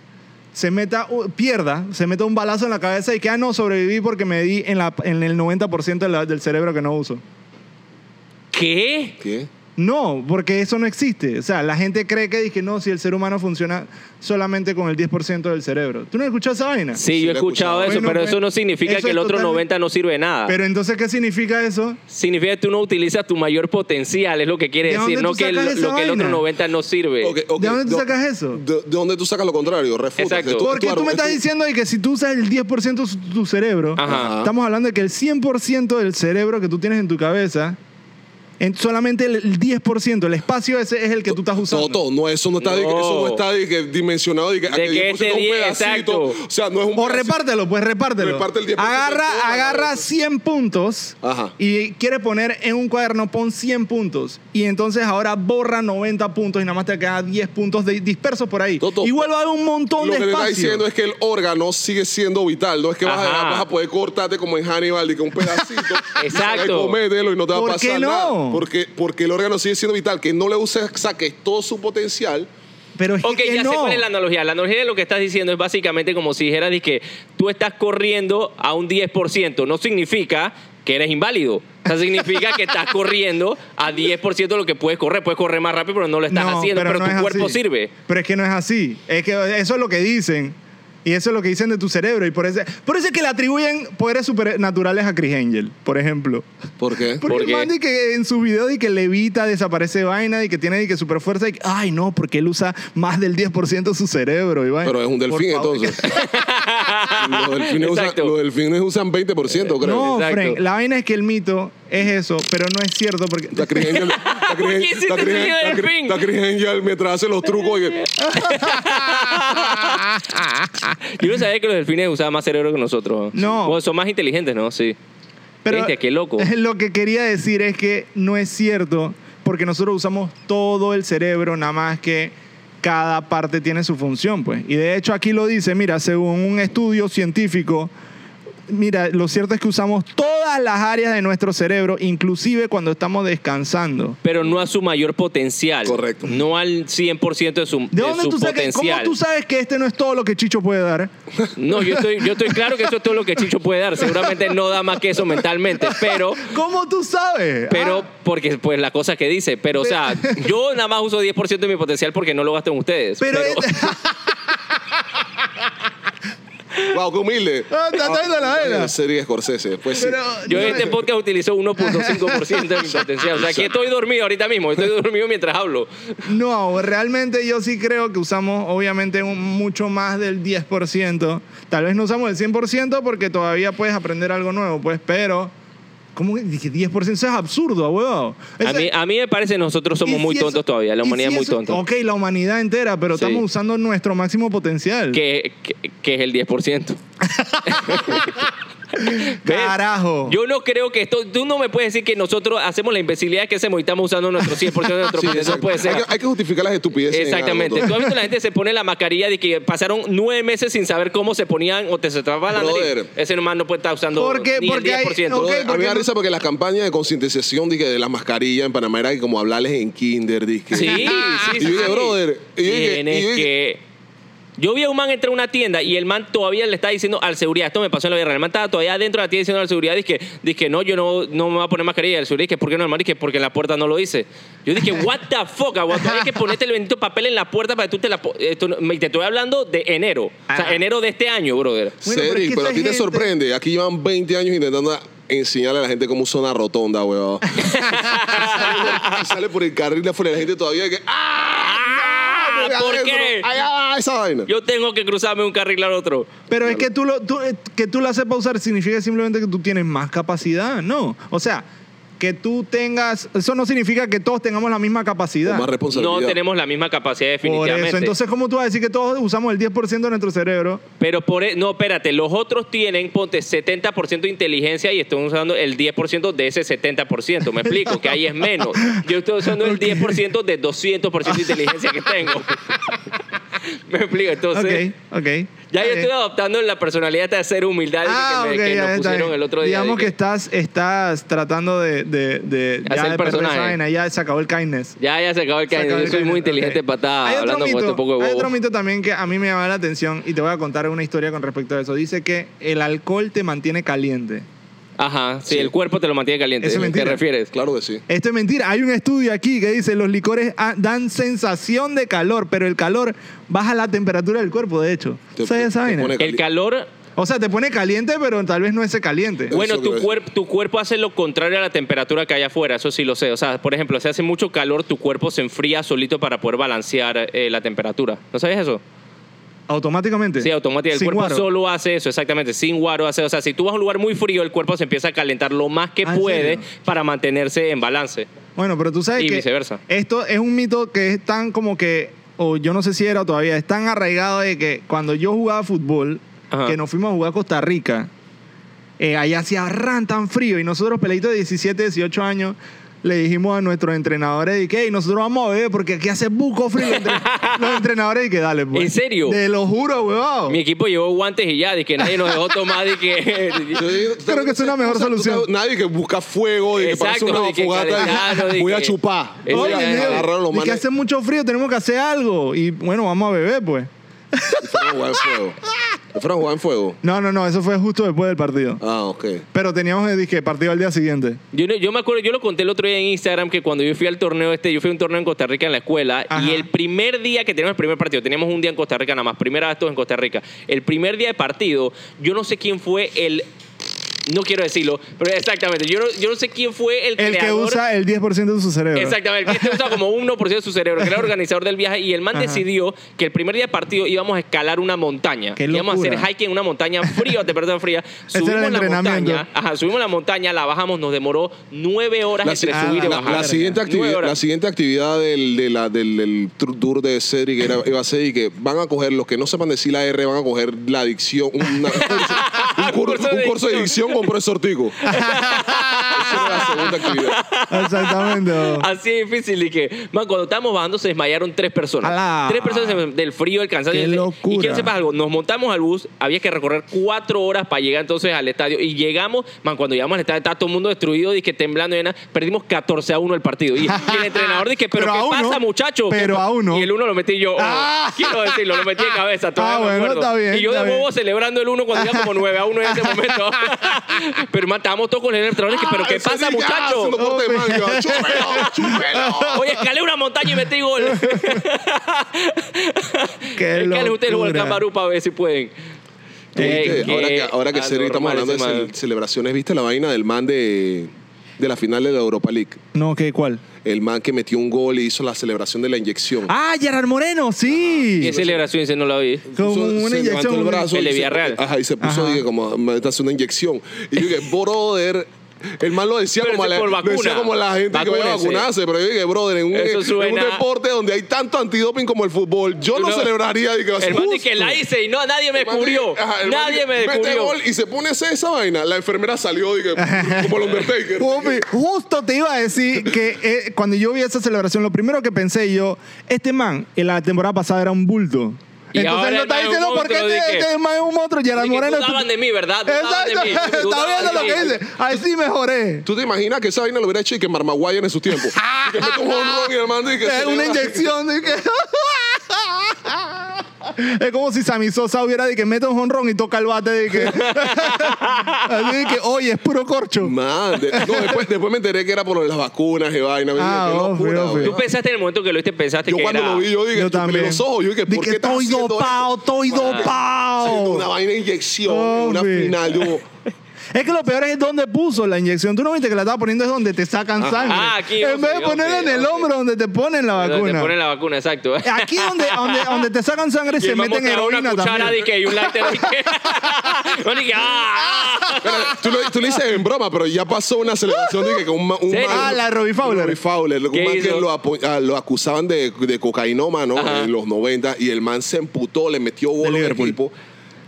A: se meta, u- pierda, se meta un balazo en la cabeza y que, ah, no, sobreviví porque me di en, la, en el 90% de la- del cerebro que no uso?
C: ¿Qué?
B: ¿Qué?
A: No, porque eso no existe. O sea, la gente cree que dije, no, si el ser humano funciona solamente con el 10% del cerebro. ¿Tú no escuchas esa vaina?
C: Sí,
B: Sí,
C: yo
B: lo
C: he
B: he
C: escuchado
B: escuchado.
C: eso,
A: Bueno,
C: pero
A: pues,
C: eso no significa
A: eso
C: que
A: es
C: el otro
A: totalmente-
C: 90 no sirve de nada.
A: Pero entonces, ¿qué significa eso?
C: Significa que tú no utilizas tu mayor potencial, es lo que quiere
A: ¿De
C: decir,
A: dónde
C: no
A: tú
C: que el-
A: sacas esa
C: lo que el otro
A: vaina?
C: 90 no sirve.
B: Ok, ok,
A: ¿De dónde tú
B: do-
A: sacas eso?
B: ¿De, de dónde tú sacas lo contrario? Refuta.
C: Exacto.
A: Porque tú me estás
B: diciendo
A: diciendo de que si tú usas el 10% de su- tu cerebro,
C: Ajá.
A: estamos hablando de que el 100% del cerebro que tú tienes en tu cabeza en- solamente el- el 10%, el espacio ese es el que tú estás usando.
B: Toto, no, eso no está, de que-
C: No.
B: eso no está de que dimensionado. De que, a
C: De que
B: 10%
C: este
B: un
C: 10,
B: pedacito.
C: exacto.
B: O sea, no es un
A: O
B: pedacito.
A: repártelo, pues repártelo.
B: Reparte el 10% de todo,
A: agarra, agarra
B: maravilloso.
A: 100 puntos
B: Ajá.
A: y quiere poner en un cuaderno, pon 100 puntos. Y entonces ahora borra 90 puntos y nada más te quedan 10 puntos de- dispersos por ahí.
B: Toto,
A: y vuelve a haber un montón
B: Lo
A: de
B: que te está
A: espacio.
B: diciendo es que el órgano sigue siendo vital. No es que vas a,
C: Ajá.
B: dejar- vas a poder cortarte como en Hannibal, de que un pedacito.
C: Exacto.
B: Comételo y no te va a
A: ¿Por
B: pasar
A: qué no?
B: nada. Porque, porque el órgano sigue siendo vital. Que no le uses, saques todo su potencial.
A: Pero es
C: Ok,
A: que
C: ya
A: no.
C: sé cuál es la analogía. La analogía de lo que estás diciendo es básicamente como si dijeras de que tú estás corriendo a un 10%. No significa que eres inválido. O sea, significa que estás corriendo a 10% de lo que puedes correr. Puedes correr más rápido, pero no lo estás
A: No,
C: haciendo. Pero,
A: no
C: tu
A: es
C: cuerpo
A: así.
C: sirve.
A: Pero es que no es así. Es que eso es lo que dicen. Y eso es lo que dicen de tu cerebro. Y por eso, por eso es que le atribuyen poderes supernaturales a Chris Angel, por ejemplo.
B: ¿Por qué?
A: Porque
C: ¿Por
A: el
C: qué?
A: man di que en sus videos y que levita, desaparece vaina y que tiene di que super fuerza y que, ay no, porque él usa más del 10% de su cerebro. y vaina.
B: Pero es un
A: Por
B: delfín,
A: favor.
B: entonces. los, delfines usan,
C: Exacto.
B: los delfines usan 20%, creo.
A: No,
C: Exacto.
A: Frank, la vaina es que el mito es eso, pero no es cierto porque...
B: Está Chris Angel- está Chris-
C: ¿Por qué hiciste
B: está Chris-
C: ese video
B: está
C: del
B: Chris-
C: fin?
B: está Chris Angel mientras hace los trucos. y-
C: Yo no sabía que los delfines usaban más cerebro que nosotros.
A: No.
C: Bueno, son más inteligentes, ¿no? Sí.
A: Pero
C: Viste, qué loco.
A: Lo que quería decir es que no es cierto, porque nosotros usamos todo el cerebro, nada más que cada parte tiene su función, pues. Y de hecho aquí lo dice, mira, según un estudio científico, mira, lo cierto es que usamos todas las áreas de nuestro cerebro, inclusive cuando estamos descansando.
C: Pero no a su mayor potencial.
B: Correcto.
C: No al 100% de su,
A: ¿De dónde
C: su
A: tú sabes que, cómo
C: potencial.
A: tú sabes que este no es todo lo que Chicho puede dar?
C: No, yo estoy, yo estoy claro que eso es todo lo que Chicho puede dar. Seguramente no da más que eso mentalmente, pero,
A: ¿Cómo tú sabes?
C: pero
A: Ah,
C: porque pues la cosa que dice, pero o sea, yo nada más uso 10% de mi potencial porque no lo gasto en ustedes.
A: pero, este-
B: Wow, qué humilde.
A: Ah, está viendo la vaina.
B: Sería Scorsese. Pues sí.
A: pero-
C: yo en este podcast utilizo 1.5% de mi potencial. O sea, aquí estoy dormido ahorita mismo, estoy dormido mientras hablo.
A: No, realmente yo sí creo que usamos obviamente un- mucho más del 10%. Tal vez no usamos el 100% porque todavía puedes aprender algo nuevo, pues, pero... ¿Cómo que dije 10%? Eso es absurdo, huevón.
C: A
A: Eso-
C: mí, a mí me parece
A: ¿y
C: nosotros somos
A: si
C: muy
A: eso-
C: tontos todavía, la
A: y
C: humanidad
A: si
C: es muy
A: eso-
C: tonta.
A: Ok, la humanidad entera, pero
C: Sí.
A: estamos usando nuestro máximo potencial.
C: Que, que- que es el 10%. ¿Ves?
A: Carajo.
C: Yo no creo que esto. Tú no me puedes decir que nosotros hacemos la imbecilidad que hacemos y estamos usando nuestro 100% de nuestro
B: Sí,
C: potencial.
B: exacto.
C: No puede ser.
B: Hay, que, hay que justificar las estupideces. en algo,
C: Exactamente.
B: entonces.
C: Tú has visto la gente se pone la mascarilla de que pasaron nueve meses sin saber cómo se ponían o te se tapaba la nariz.
B: Brother.
C: Ese nomás no puede estar usando
A: Porque-
C: ni
A: porque hay-
C: el 10%.
A: ok,
B: Brother, a mí
A: porque
B: me da
A: no-
B: risa porque las campañas de concientización dije, de las mascarillas en Panamá era que como hablarles en kinder. Dije.
C: Sí, sí,
B: Y
C: sí.
B: yo dije,
C: sí.
B: brother, y yo dije-
C: Tienes
B: y yo dije-
C: que... Yo vi a un man entrar a una tienda y el man todavía le está diciendo al seguridad, esto me pasó en la guerra, el man estaba todavía dentro de la tienda diciendo al seguridad, dije, dije no, yo no, no me voy a poner mascarilla. El seguridad dije, ¿por qué no, hermano? Dije, porque en la puerta no lo dice. Yo dije, what the fuck, aguanta, todavía hay que ponerte el bendito papel en la puerta para que tú te la... po- esto no- y te estoy hablando de enero, o sea,
A: Ah.
C: enero de este año, brother.
A: Bueno, pero
B: Cedric,
A: es que
B: pero,
A: esa
B: a ti te
A: gente-
B: sorprende. Aquí llevan 20 años intentando enseñarle a la gente cómo usa una rotonda, huevón. Si sale, si sale por el carril de afuera, la gente todavía dice, ¡ah!
C: Ah,
B: mira
C: ¿Por
B: adentro!
C: qué?
B: ¡Allá va esa vaina!
C: Yo tengo que cruzarme un carril al otro.
A: Pero es que tú lo, tú- eh, que tú lo sepas usar significa simplemente que tú tienes más capacidad, ¿no? O sea, que tú tengas... Eso no significa que todos tengamos la misma
B: Con
A: capacidad.
B: más responsabilidad.
C: No tenemos la misma capacidad
A: Por
C: definitivamente.
A: eso. Entonces, ¿cómo tú vas a decir que todos usamos el 10% de nuestro cerebro?
C: Pero por e- no, espérate, los otros tienen, ponte 70% de inteligencia y están usando el 10% de ese 70%. Me explico, que ahí es menos. Yo estoy usando el 10% de 200% de inteligencia que tengo. Me explico, entonces.
A: ok, ok.
C: Ya yo
A: Ok.
C: estoy adoptando la personalidad de ser humildad y
A: Ah,
C: que, me-
A: ok,
C: que
A: ya
C: nos
A: está
C: pusieron
A: bien.
C: el otro día.
A: Digamos
C: de
A: que
C: que-
A: estás, estás tratando de, de, de de
C: Hacer el
A: perder esa
C: personaje.
A: vaina, ya se acabó el kindness.
C: Ya, ya se acabó el
A: Se
C: caño.
A: acabó
C: Yo
A: el
C: soy muy
A: kindness,
C: inteligente
A: ok.
C: para estar
A: Hay otro
C: hablando con este
A: mito,
C: poco de
A: Hay otro
C: bobo.
A: mito también que a mí me llama la atención y te voy a contar una historia con respecto a eso. Dice que el alcohol te mantiene caliente.
C: Ajá, sí,
B: Sí.
C: el cuerpo te lo mantiene caliente.
A: Eso es
C: ¿Te
A: mentira.
C: refieres?
B: Claro que sí.
A: Esto es mentira. Hay un estudio aquí que dice los licores ah, dan sensación de calor, pero el calor baja la temperatura del cuerpo, de hecho.
B: Te-
A: ¿Sabes esa
B: te
A: vaina?
B: pone
C: El calor
A: O sea, te pone caliente, pero tal vez no ese caliente.
B: Eso
C: Bueno,
B: quiero
C: tu,
B: decir.
C: cuerp- tu cuerpo hace lo contrario a la temperatura que hay afuera, eso sí lo sé. O sea, por ejemplo, si hace mucho calor, tu cuerpo se enfría solito para poder balancear eh, la temperatura. ¿No sabes eso?
A: Automáticamente.
C: Sí, automáticamente. El
A: Sin
C: cuerpo
A: guaro.
C: solo hace eso, exactamente. Sin guaro hace. O sea, si tú vas a un lugar muy frío, el cuerpo se empieza a calentar lo más que
A: Ah, ¿en
C: puede
A: serio?
C: para mantenerse en balance.
A: Bueno, pero tú sabes
C: Y
A: que
C: viceversa.
A: esto es un mito que es tan como que, o yo no sé si era todavía, es tan arraigado de que cuando yo jugaba fútbol,
C: Ajá.
A: que nos fuimos a jugar a Costa Rica, eh, allá hacía ran tan frío y nosotros, peleitos de 17, 18 años, le dijimos a nuestros entrenadores de que "Ey, nosotros vamos a beber porque aquí hace buco frío. Entre- los entrenadores y que dale, pues.
C: ¿En serio?
A: Te lo juro, huevón.
C: Mi equipo llevó guantes y ya, de que nadie nos dejó tomar, de que...
B: Yo digo, tú
A: Creo
B: sabes-
A: que es una mejor
B: tú sabes- tú
A: solución.
B: sabes, Nadie que busca fuego y que
C: Exacto,
B: parece una
C: de que
B: fogata. y
C: calentano,
B: "Ah,
C: de
B: Voy a
C: que-
B: chupar.
C: Eso
B: Voy
A: Oye,
C: ya es-
B: a agarrar a los
A: y que
B: manes.
A: hace mucho frío, tenemos que hacer algo. Y bueno, vamos a beber, pues.
B: y Fueron a jugar en fuego. ¿Te Fueron a jugar en fuego.
A: No, no, no, eso fue justo después del partido.
B: Ah, ok.
A: Pero teníamos el disque partido al día siguiente.
C: Yo, no- yo me acuerdo, yo lo conté el otro día en Instagram que cuando yo fui al torneo este, yo fui a un torneo en Costa Rica en la escuela
A: Ajá.
C: y el primer día que teníamos el primer partido, teníamos un día en Costa Rica nada más, primera vez todos en Costa Rica, el primer día de partido, yo no sé quién fue el... No quiero decirlo, pero exactamente, yo no, yo no sé quién fue el,
A: El que
C: creador-
A: usa el 10% de su cerebro.
C: Exactamente, este usa como 1% de su cerebro, que era el organizador del viaje, y el man
A: Ajá.
C: decidió que el primer día de partido íbamos a escalar una montaña.
A: Qué
C: íbamos a hacer
A: locura.
C: hiking en una montaña fría, a temperatura fría.
A: Ese era el
C: Subimos la
A: entrenamiento.
C: montaña, ajá, subimos la montaña, la bajamos, nos demoró nueve horas
B: La,
C: entre
B: si- ah,
C: subir y
B: la-
C: bajar.
B: la siguiente
C: Nueve
B: actividad,
C: horas.
B: la siguiente actividad del, de la- del, del tru- tour de Cedric era, iba a ser y que van a coger, los que no sepan decir la R, van a coger la adicción, una- un curso, un cur-
C: Curso de
B: un curso de
C: adicción.
B: adicción con profesor Tico. Esa era la segunda actividad.
A: Exactamente. huevón.
C: Así de difícil y que, man, cuando estábamos bajando se desmayaron tres personas.
A: ¡Alá!
C: Tres personas se- del frío, del cansancio.
A: ¡Qué
C: Y- Y
A: locura!
C: quiero sepas algo, nos montamos al bus, había que recorrer cuatro horas para llegar entonces al estadio y llegamos, man, cuando llegamos al estadio estaba todo el mundo destruido, dije temblando y nada, perdimos 14 a 1 el partido. Y, y el entrenador dije, pero,
A: Pero
C: ¿qué
A: a uno,
C: pasa muchachos?
A: pero a uno.
C: Y el uno lo metí yo, oh,
A: ¡Ah!
C: quiero decirlo, lo metí de cabeza. todavía
A: Ah,
C: me
A: bueno,
C: acuerdo.
A: está bien,
C: Y yo
A: está
C: de
A: bien.
C: bobo celebrando el uno cuando iba como 9 a 1 en ese momento. pero man, estábamos todos con el entrenador dije, pero ¿qué
B: Ese
C: pasa
B: Cedric, ah,
C: muchachos?
B: haciendo corte de manga. Chúpelo, chúpelo.
C: Oye, escalé una montaña y metí gol.
A: Qué
C: Escalen ustedes el
A: locura.
C: volcán Barú para ver si pueden.
B: ¿Viste?
C: Eh, qué
B: ahora que, ahora que Cedric estamos hablando
C: anormal
B: de
C: ese
B: cel-
C: man.
B: celebraciones, ¿viste la vaina del man de, de la final de la Europa League?
A: No, ¿qué? ¿Cuál?
B: El man que metió un gol y hizo la celebración de la inyección.
A: ¡Ah, Gerard Moreno! ¡Sí!
C: ¿Qué celebración dice? No la vi.
A: Con
B: Puso-
A: una
B: se levantó
A: inyección.
B: el brazo
C: El
B: y
C: de
B: se-
C: Villarreal.
B: ajá, y se puso
A: Ajá.
B: dije, como me está haciendo una inyección. Y yo dije, brother. El man lo decía,
C: Pero
B: como, a
C: ese
B: la,
C: por
B: lo decía
C: vacuna.
B: como a la gente que vaya a
C: Vacúnense.
B: vacunarse, pero yo dije, brother, en un,
C: Eso
B: en un
C: suena-
B: deporte donde hay tanto antidoping como el fútbol, yo no,
C: No.
B: celebraría. Dije,
C: El man
B: justo.
C: dice que la hice y no, nadie me
B: El man
C: descubrió.
B: dice, ajá, el man
C: Nadie
B: dice,
C: me
B: "Mete
C: descubrió.
B: gol", y se pone esa, esa vaina. La enfermera salió, dije, como el Undertaker.
A: Hombre, Justo te iba a decir que eh, cuando yo vi esa celebración, lo primero que pensé yo, este man en la temporada pasada era un bulto.
C: Y
A: Entonces
C: ahora
A: él no
C: el
A: está
C: man es un
A: diciendo por qué
C: monstruo,
A: este,
C: dije.
A: este man es un monstruo. Gerard
C: Dije,
A: Moreno.
C: dudaban de mí, ¿verdad? Dudaban de
A: Exacto.
C: mí.
A: Está
C: Dudaban
A: viendo lo
C: de
A: que
C: mí.
A: dice. Ahí sí mejoré.
B: ¿Tú te imaginas que esa vaina lo hubiera hecho y que Marmaguay en su tiempo? Y que mete un home run y el man dice que
A: Ah. Es una
B: celebra.
A: inyección. dije. Es como si Sammy Sosa hubiera de que mete un honrón y toca el bate de que. Así de que, oye, es puro corcho.
B: Man, de- no, después, después me enteré que era por lo de las vacunas y vaina. me
A: Ah,
B: dije, qué
A: obvio,
B: locura,
A: obvio.
B: güey.
C: Tú pensaste en el momento que lo viste, pensaste
B: Yo
C: que
B: cuando
C: era...
B: lo vi, yo dije,
A: Yo
B: chupele
A: también.
B: los ojos. Yo dije,
A: De
B: ¿por
A: que
B: qué estás
A: estoy
B: haciendo
A: dopado,
B: esto?
A: estoy
B: Haciendo
A: dopado.
B: Una vaina de inyección, en una
A: Hombre.
B: final. Yo,
A: Es que lo peor es dónde puso la inyección. Tú no viste que la estaba poniendo es donde te sacan sangre.
C: Ah, aquí,
A: en vez de
C: ok,
A: ponerla en
C: ok,
A: el
C: ok.
A: hombro donde te ponen la
C: Donde
A: vacuna.
C: Te ponen la vacuna, exacto.
B: Eh,
A: Aquí donde, donde, donde te sacan sangre
C: Y
A: se
C: el man
A: meten
C: mostraba
A: heroína
C: una cuchara
A: también.
C: dije, y un lighter dije... Man, dije, ah, ah.
B: Pero tú, lo, tú lo dices en broma, pero ya pasó una celebración de que con un, ma- un
C: ¿Sí?
B: man-
A: Ah, la de Robbie Fowler.
B: Robbie Fowler, un
C: ¿Qué
B: man que
C: hizo?
B: lo, apo- ah, lo acusaban de, de cocainómano
C: Ajá.
B: en los 90 y el man se emputó, le metió gol al
A: Liverpool.
B: equipo.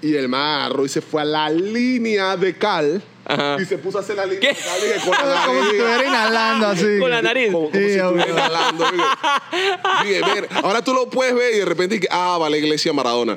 B: Y el man agarró y se fue a la línea de cal
C: Ajá.
B: y se puso a hacer la línea
C: ¿Qué?
B: de cal y que con la
A: Como si
B: nariz-
A: estuviera inhalando así.
C: Con la nariz.
B: como, como
A: Sí,
B: si estuviera
A: obvio.
B: inhalando, oye. Oye, ver, ahora tú lo puedes ver y de repente, y que, ah, vale, iglesia Maradona.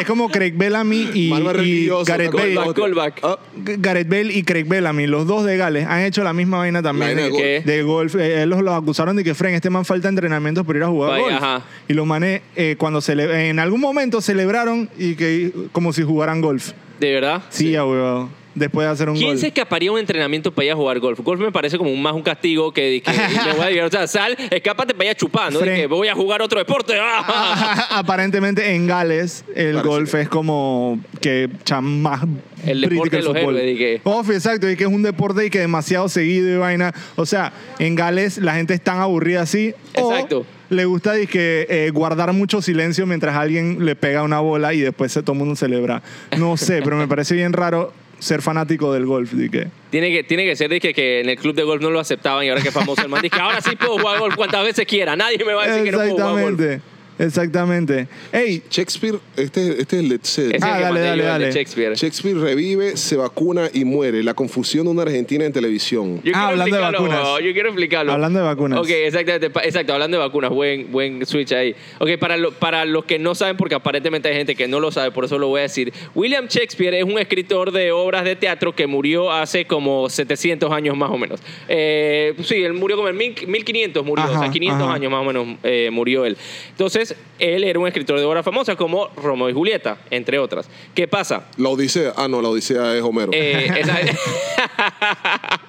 A: Es como Craig Bellamy y,
B: Mal más
A: y
B: religioso,
A: Gareth
B: una cosa
A: Bale.
B: y otra.
C: Callback.
B: Ah,
A: G- Gareth Bale y Craig Bellamy, los dos de Gales, han hecho la misma vaina también.
B: La vaina
A: de,
B: de
C: golf.
A: de golf. Eh, eh, los, los acusaron de que, Fren, este man falta entrenamientos por ir a jugar
C: Vaya,
A: golf.
C: ajá.
A: Y los manes, eh, cuando cele- en algún momento celebraron y que como si jugaran golf.
C: ¿De verdad?
A: Sí, ya, huevado. Después de hacer un
C: ¿Quién
A: gol.
C: se escaparía a un entrenamiento para ir a jugar golf? Golf me parece como un, más un castigo que, que me voy a divertir. O sea, sal, escápate para ir a chupar, ¿no? De
A: Fren-
C: que voy a jugar otro deporte. ¡Ah!
A: Aparentemente en Gales el
B: Parece
A: golf
B: que-
A: es como que cha- más
C: El deporte
A: british que
C: de los
A: fútbol.
C: héroes, dije.
A: Ofi, exacto, y que es un deporte y que demasiado seguido y vaina. O sea, en Gales la gente es tan aburrida así. o
C: Exacto.
A: le gusta dizque, eh, guardar mucho silencio mientras alguien le pega una bola y después se, todo el mundo celebra. No sé, pero me parece bien raro ser fanático del golf. di que-
C: Tiene que, tiene que ser de que, que en el club de golf no lo aceptaban y ahora que es famoso el man dice que ahora sí puedo jugar golf cuantas veces quiera. Nadie me va a decir que no puedo jugar golf.
A: Exactamente, exactamente. Ey,
B: Shakespeare, este, este es el Led Zeppelin.
C: Ese
A: Ah,
C: es el
A: dale,
C: que mandé yo,
A: dale,
C: el de
A: dale.
C: Shakespeare.
B: Shakespeare revive, se vacuna y muere. La confusión de una Argentina en televisión.
C: Yo
A: Ah,
C: quiero
A: hablando de
C: explicarlo,
A: vacunas.
C: Yo quiero explicarlo.
A: Hablando de vacunas.
C: Ok, exactamente. pa- Exacto, hablando de vacunas. Buen, buen switch ahí. Ok, para, lo- para los que no saben, porque aparentemente hay gente que no lo sabe, por eso lo voy a decir. William Shakespeare es un escritor de obras de teatro que murió hace como 700 años más o menos. Eh, sí, él murió como en mil- 1500, murió. o
A: Ajá,
C: sea, 500
A: ajá.
C: años más o menos eh, murió él. Entonces, él era un escritor de obras famosas como Romeo y Julieta, entre otras. ¿Qué pasa?
B: La Odisea. Ah, no, la Odisea es Homero.
C: Eh, esa-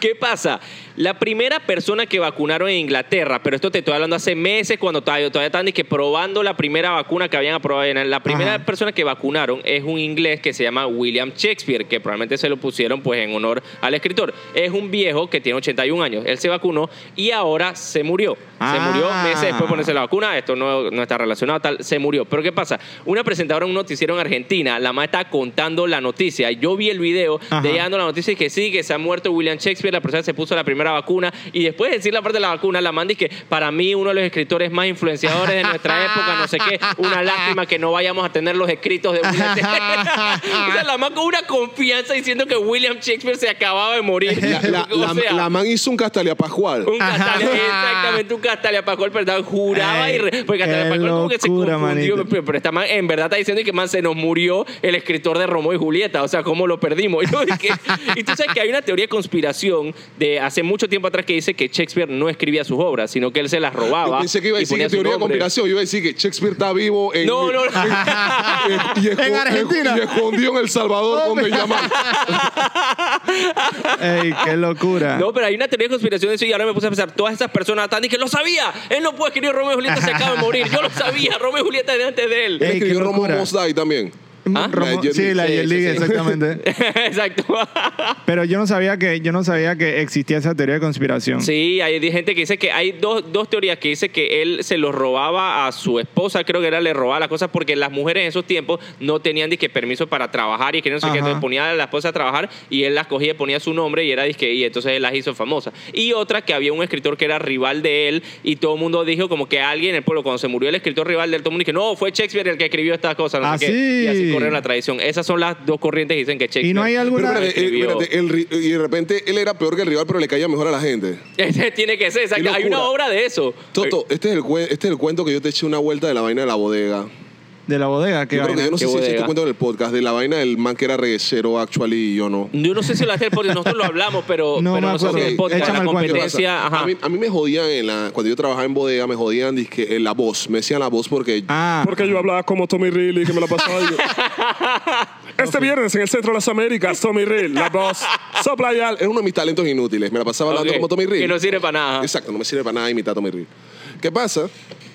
C: ¿Qué pasa? La primera persona que vacunaron en Inglaterra, pero esto te estoy hablando hace meses cuando todavía, todavía están y que probando la primera vacuna que habían aprobado. en- La primera
A: Ajá.
C: persona que vacunaron es un inglés que se llama William Shakespeare, que probablemente se lo pusieron pues en honor al escritor. Es un viejo que tiene 81 años. Él se vacunó y ahora se murió. Se
A: Ah.
C: murió meses después de ponerse la vacuna. Esto no, no está relacionado, tal. Se murió. Pero ¿qué pasa? Una presentadora en un noticiero en Argentina, la mamá está contando la noticia. Yo vi el video
A: Ajá.
C: de ella dando la noticia y que sí, que se ha muerto William Shakespeare, la persona se puso la primera vacuna. Y después de decir la parte de la vacuna, la man dice que para mí uno de los escritores más influenciadores de nuestra época, no sé qué, una lástima que no vayamos a tener los escritos de William Shakespeare. o sea, la man con una confianza diciendo que William Shakespeare se acababa de morir.
B: la, la-
C: O
B: la-
C: sea,
B: la man hizo un castaliapajual.
C: un Castalia, exactamente, un Castalia Pascual, ¿verdad? Juraba
A: Ay,
C: y. Re, porque Castalia
A: Eh, qué
C: Pascual como que se
A: locura,
C: confundió.
A: manito.
C: Pero, pero esta man, en verdad está diciendo que man se nos murió el escritor de Romeo y Julieta. O sea, ¿cómo lo perdimos? Y, yo dije, y tú sabes que hay una teoría de conspiración de hace mucho tiempo atrás que dice que Shakespeare no escribía sus obras, sino que él se las robaba.
B: Yo pensé que iba a
C: y
B: decir
C: ponía
B: que
C: su
B: teoría de
C: nombre.
B: conspiración. Yo iba a decir que Shakespeare está vivo en.
C: No, no,
B: y-
C: no.
B: y- y esco-
A: En Argentina.
B: Y escondió en El Salvador, donde llaman.
A: ey, qué locura.
C: No, pero hay una teoría de conspiración de eso y ahora me puse a pensar, todas esas personas están que lo sabía, él no puede escribir Romeo y Julieta, se acaba de morir, yo lo sabía, Romeo y Julieta era antes de él.
A: Ey,
B: Escribió
A: qué
B: Romo
A: locura.
B: Mos Dei también.
C: ¿Ah?
A: Romo-
B: La Jet
A: sí,
B: League.
A: la
C: Sí,
A: Jet
C: sí,
A: League,
C: sí.
A: exactamente.
C: Exacto.
A: Pero yo no sabía que yo no sabía que existía esa teoría de conspiración.
C: Sí, hay de- gente que dice que hay dos, dos teorías que dice que él se los robaba a su esposa, creo que era le robaba las cosas porque las mujeres en esos tiempos no tenían disque permiso para trabajar y que no sé qué,
A: Ajá.
C: entonces ponía a la esposa a trabajar y él las cogía y ponía su nombre y era disque y entonces él las hizo famosas. Y otra que había un escritor que era rival de él y todo el mundo dijo como que alguien en el pueblo cuando se murió el escritor rival del todo el mundo dijo, "No, fue Shakespeare el que escribió estas cosas", no
A: Ah,
C: sé qué. Y así
A: sí.
C: corrieron la tradición. Esas son las dos corrientes que dicen que Shakespeare.
A: Y no hay
B: Pero
A: alguna
B: espérate, eh,
C: Escribió.
B: espérate, el ri- y de repente él era peor que el rival, pero le caía mejor a la gente.
C: Tiene que ser, exacto.
B: Qué
C: Hay una
B: locura.
C: obra de eso.
B: Toto, este es, el, cuen- este es el cuento que yo te eché una vuelta de la vaina de la bodega.
A: de la bodega que
B: Yo creo que yo no
C: Qué
B: sé si eché
C: bodega.
B: este cuento en el podcast, de la vaina del man que era reguecero, actually, y yo no.
C: Yo no sé si lo hace porque nosotros lo hablamos, pero,
A: No
C: pero
A: me
C: nosotros
A: acuerdo.
C: en el podcast,
A: Échame
C: la
A: el cuento.
C: competencia,
B: A
C: ajá.
B: mí, a mí me jodían en la, cuando yo trabajaba en bodega, me jodían dizque, en la voz. Me decían la voz porque
A: Ah,
D: Porque yo hablaba como Tommy Reilly, que me la pasaba yo. Este viernes en el Centro de las Américas, Tommy Reilly, la voz. Soplayal.
B: es uno de mis talentos inútiles. Me la pasaba hablando
C: Ok,
B: como Tommy Reed.
C: Que no sirve para nada.
B: Exacto, no me sirve para nada imitar a Tommy Reed. ¿Qué pasa?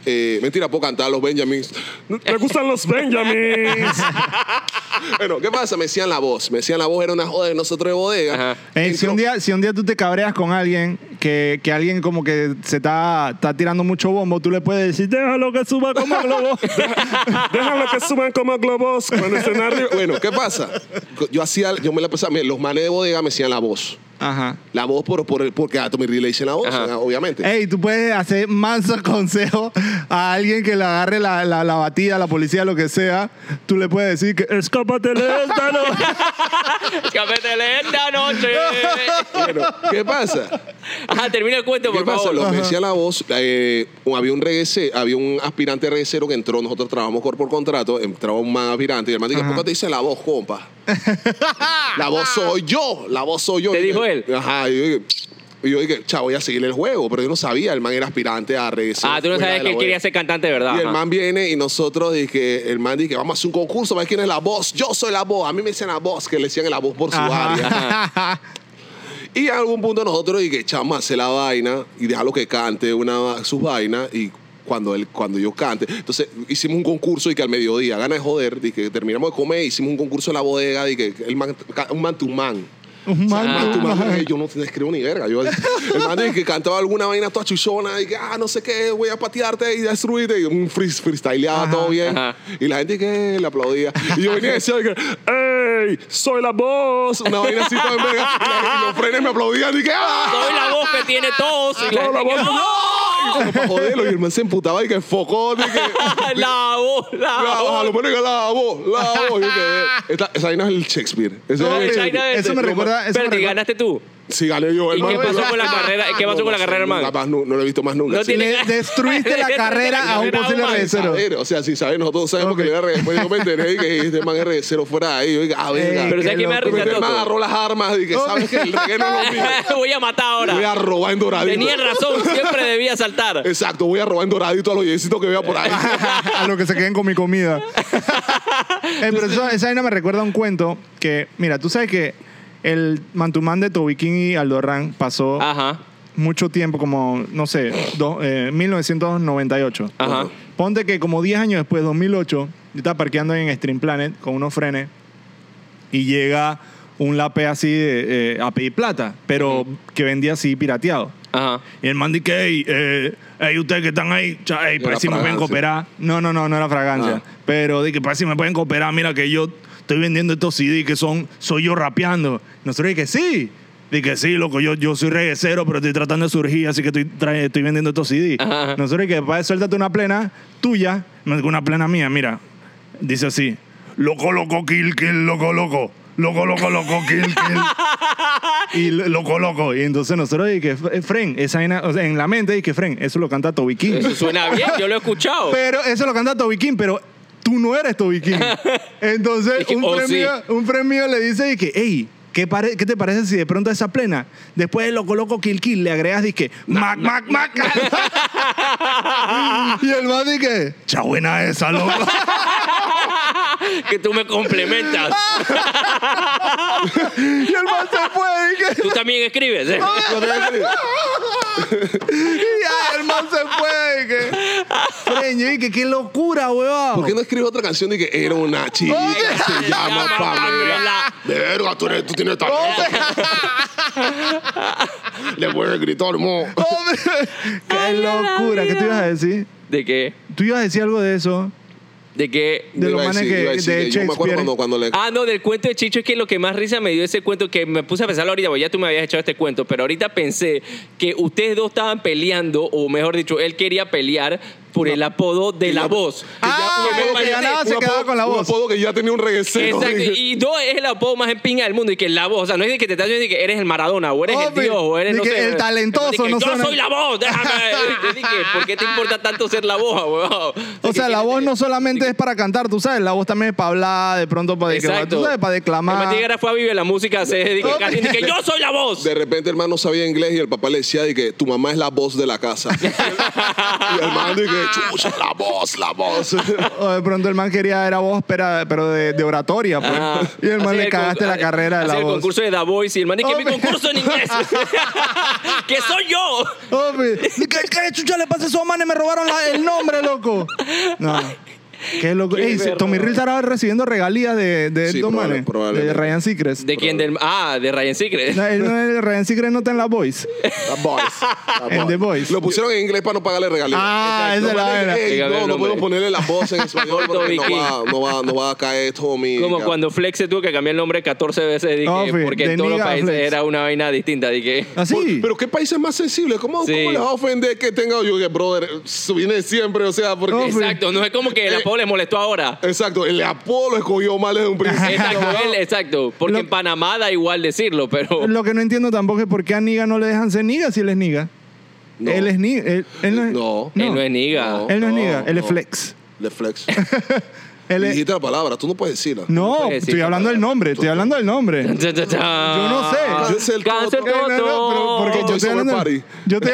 B: Eh, mentira, puedo cantar a los Benjamins.
D: Me gustan los Benjamins.
B: bueno, ¿qué pasa? Me decían la voz. Me decían la voz, era una joda de nosotros de bodega.
C: Ajá.
A: Ey, eh, si,
B: Entró-
A: un día, si un día tú te cabreas con alguien, que, que alguien como que se está, está tirando mucho bombo, tú le puedes decir, déjalo que suba como globo.
D: Déjalo que suban como globos cuando estén arriba.
B: Bueno, ¿qué pasa? Yo hacía, yo me la pasaba, me- los manes de bodega me decían la voz.
A: Ajá.
B: La voz por, por, porque a Tommy Reed le dicen la voz,
C: Ajá.
B: obviamente.
A: Ey, tú puedes hacer manso consejo a alguien que le agarre la, la, la batida, la policía, lo que sea. Tú le puedes decir que escápate léntalo.
C: Escapete lenta noche.
B: Bueno, ¿qué pasa?
C: Ajá, termina el cuento,
B: ¿Qué
C: por
B: pasa?
C: favor.
B: Lo que decía la voz, eh, un- había un reguece, había un aspirante reguecero que entró, nosotros trabajamos por, por contrato, entraba un man aspirante y el man dice, ¿por qué te dice la voz, compa? la voz soy yo, la voz soy yo.
C: ¿Te
B: Y
C: dijo
B: yo-
C: él?
B: Ajá, y yo dije, y yo dije, chao, voy a seguir el juego, pero yo no sabía, el man era aspirante a reguecero.
C: Ah, tú no
B: fuera
C: sabías
B: de
C: que
B: la
C: él
B: bodega.
C: quería ser cantante, ¿verdad?
B: Y el
C: Ajá.
B: man viene y nosotros dije, el man dije, vamos a hacer un concurso, ¿ves quién es la voz? Yo soy la voz, a mí me dicen la voz, que le decían la voz por su área. Y a algún punto nosotros dije, chama, hace la vaina y déjalo que cante una, sus vainas y cuando, él, cuando yo cante. Entonces hicimos un concurso y que al mediodía, gana de joder, y que terminamos de comer, hicimos un concurso en la bodega y que el man, ca- un man to man.
A: Un
B: El man to
A: man,
B: man, eh, yo no te escribo ni verga. Yo, el man dije que cantaba alguna vaina toda chuchona y que, ah, no sé qué, voy a patearte y destruirte. Y un free, freestyleaba todo bien.
C: ajá.
B: Y la gente que le aplaudía. Y yo venía y decía, dije,
D: ¡Eh! hey, soy la voz.
B: Una vaina así toda en verga. Y la- y los frenes me aplaudían y que ¡ah!
C: Soy la voz que tiene tos. Y
D: Soy la voz.
B: Como para joderlo. Y el man se emputaba y que focón. Y que,
C: La voz, la
B: la voz, a
C: voz.
B: lo menos que la voz, la voz. Y yo que, esta- esa vaina es el Shakespeare. Ese
C: No,
B: es el
C: esa vaina
B: Shakespeare.
C: es-
A: Eso me recuerda. Eso me
C: Perdi,
A: recuerda.
C: ganaste tú.
B: Sí, gané yo,
C: ¿Y qué
B: hermano.
C: pasó con la
B: No,
C: carrera? ¿Qué pasó con la
B: no,
C: carrera,
B: nunca
C: hermano?
B: más, no, no lo he visto más nunca.
C: No
B: Sí.
C: tiene-
A: Le destruiste la carrera a un posible
C: Era un
A: regresero.
B: Saber, o sea, si sabes, nosotros sabemos
A: Ok.
B: que le agarré. Después yo me enteré que este man es regresero fuera ahí. Yo dije, ah, venga.
A: Ey,
C: Pero
A: qué
C: ¿sabes qué me da
A: loco.
B: Pero
C: risa,
B: este man
C: Toto?
B: agarró las armas y que sabes que el reggae no es lo mío.
C: Voy a matar
B: Voy a
C: ahora.
B: robar en doradito.
C: Tenían razón, siempre debía saltar.
B: Exacto, voy a robar en doradito a los yesitos que vea por ahí.
A: a lo que se queden con mi comida. Eh, pero eso- esa vaina me recuerda a un cuento que, mira, tú sabes que el mantumán de Tobiquín y Aldorrán pasó
C: Ajá,
A: mucho tiempo, como, no sé, do- eh, 1998.
C: ajá.
A: Ponte que como 10 años después, 2008, yo estaba parqueando en Stream Planet con unos frenes y llega un lape así de, eh, a pedir plata, pero que vendía así pirateado.
C: Ajá.
A: Y el man dice, hey, eh, hey, ustedes que están ahí, cha, hey,
B: Era
A: para ver si me pueden
B: fragancia.
A: cooperar. No, no, no, no era fragancia.
B: Ah.
A: Pero dije, para ver si me pueden cooperar, mira que yo estoy vendiendo estos CD que son, soy yo rapeando. Nosotros dije, sí. Dije, sí, loco, yo, yo soy reguecero, pero estoy tratando de surgir, así que estoy, tra- estoy vendiendo estos CD.
C: Ajá, ajá.
A: Nosotros dije, "Pa, suéltate una plena tuya, no, una plena mía, mira. Dice así, loco, loco, kill, kill, loco, loco. Loco, loco, loco, kill, kill y lo, lo coloco. Y entonces nosotros dije, "F- Fren, esa vaina, o sea, en la mente dije, Fren, eso lo canta Toby King.
C: Eso suena bien, yo lo he escuchado.
A: Pero eso lo canta Toby King, pero tú no eres Toby King. Entonces,
C: Y que,
A: un,
C: "Oh,
A: friend
C: sí".
A: mío- un friend mío le dice y que, hey, ¿qué, pare- qué te parece si de pronto esa plena, después lo coloco Kill Kill, le agregas dije, Mac, Mac, Mac, y el más dije, cha buena esa, loco.
C: Que tú me complementas.
A: y el más se fue dije,
C: Tú también escribes. ¿eh?
B: No te voy a creer.
A: y ya, el man se fue dije. Fren, yo dije, qué locura, weón.
B: ¿Por qué no escribe otra canción y que era una chica? Se llama
C: Llama
B: Pamela.
C: Pamela.
B: Verga, tú, eres, tú tienes talento. Le voy a gritar, mo.
A: ¡Qué locura! ¿Qué tú ibas a decir?
C: ¿De qué?
A: Tú ibas a decir algo de eso.
C: ¿De qué?
A: De los
B: Iba a
A: manes
B: decir-
A: que-
B: iba a decir
A: de
B: que Yo me acuerdo
A: Shakespeare.
B: cuando, cuando le.
C: Ah, no, del cuento de Chicho es que lo que más risa me dio ese cuento, que me puse a pensarlo ahorita, porque ya tú me habías echado este cuento, pero ahorita pensé que ustedes dos estaban peleando, o mejor dicho, él quería pelear por el apodo de la voz.
A: Ah,
C: Que ya-
A: el que ganaba se
B: un
A: quedaba
B: apodo-
A: con la
B: un
A: voz.
B: apodo que ya tenía un reguecero.
C: Exacto, y dos es el apodo más en pinga del mundo, y que la voz, o sea, no es de que te estás diciendo de que eres el Maradona, o eres
A: Obvio.
C: el Dios, o eres
A: Ni
C: no
A: que
C: sé,
A: el
C: o-
A: talentoso,
C: de que
A: no
C: yo
A: suena-
C: soy la voz, déjame. eh, Yo dije, ¿por qué te importa tanto ser la voz,
A: O sea,
C: huevón? que
A: la
C: tienes-
A: voz no solamente es para cantar, tú sabes, la voz también es para hablar, de pronto para,
C: Exacto.
A: tú sabes, para
C: El Matías
A: declamar.
C: Guerra fue a Vive la Música, se dedica
A: No,
C: casi, que yo soy la voz.
B: De repente el man no sabía inglés y el papá le decía de que tu mamá es la voz de la casa. y el man de que chucha, la voz, la voz.
A: O de pronto el man quería, era voz, pero, pero de, de oratoria, pues.
C: Ah.
A: Y el man
C: Así
A: le
C: el
A: cagaste
C: con-
A: la carrera de
C: así
A: la
C: el
A: voz.
C: concurso de Da Voice y el man dice que mi
A: Hombre.
C: concurso en inglés. que soy yo.
A: Hombre, ¿Qué, qué chucha le pasa a esos manes? Me robaron la- el nombre, loco. No. Qué loco.
C: Qué
A: Ey,
C: verga.
A: Tommy Real estará recibiendo regalías de, de
B: Sí,
A: estos
B: probable-
A: manes. De
B: probablemente.
A: Ryan Seacrest.
C: ¿De quién? Del, ah, de Ryan Secret.
A: No, él no es- Ryan Seacrest no está en la voice.
B: La voz. La
A: En The Voice.
B: Lo pusieron en inglés para no pagarle regalías.
A: Ah, esa es la
B: Vale,
A: vaina.
B: ey,
C: Hay que ver
B: no, no
C: el nombre.
B: podemos ponerle la voz en español porque no
C: Vicky.
B: va, no, va, no va a caer Tommy.
C: Como cuando Flex se tuvo que cambiar el nombre 14 veces dije,
A: Hombre,
C: porque en
A: de
C: todos los
A: nigga a
C: países
A: Flex.
C: era una vaina distinta. Dije,
A: Así.
B: Pero qué país es más sensible. ¿Cómo,
C: Sí.
B: ¿cómo les va a ofender que tenga yo que, brother, su- viene siempre? O sea, porque.
A: Hombre.
C: exacto, no es como que el
B: Eh.
C: apodo les molestó ahora.
B: Exacto, el Apolo escogió mal desde un principio.
C: Exacto,
B: ¿no?
C: él- exacto. Porque
A: Lo-
C: en Panamá da igual decirlo, pero.
A: Lo que no entiendo tampoco es por qué a Niga no le dejan ser Niga si él es Niga.
B: No.
A: Él es Niga. Él, él no, es-
B: No.
C: Él no es niga.
B: No.
A: Él no es Niga, él es
B: no.
A: Flex.
B: Le flex.
A: Él es-
B: Dijiste la palabra, tú no puedes decirla.
A: no,
C: puedes decir
A: estoy hablando del nombre, estoy hablando del nombre. Eh,
C: Yo no
A: sé. Eh,
B: Cancel todo,
C: Cancel
B: todo.
A: no, no, pero porque yo
B: Estoy
A: estoy
B: sobre
A: hablando.
B: party.
A: Yo estoy,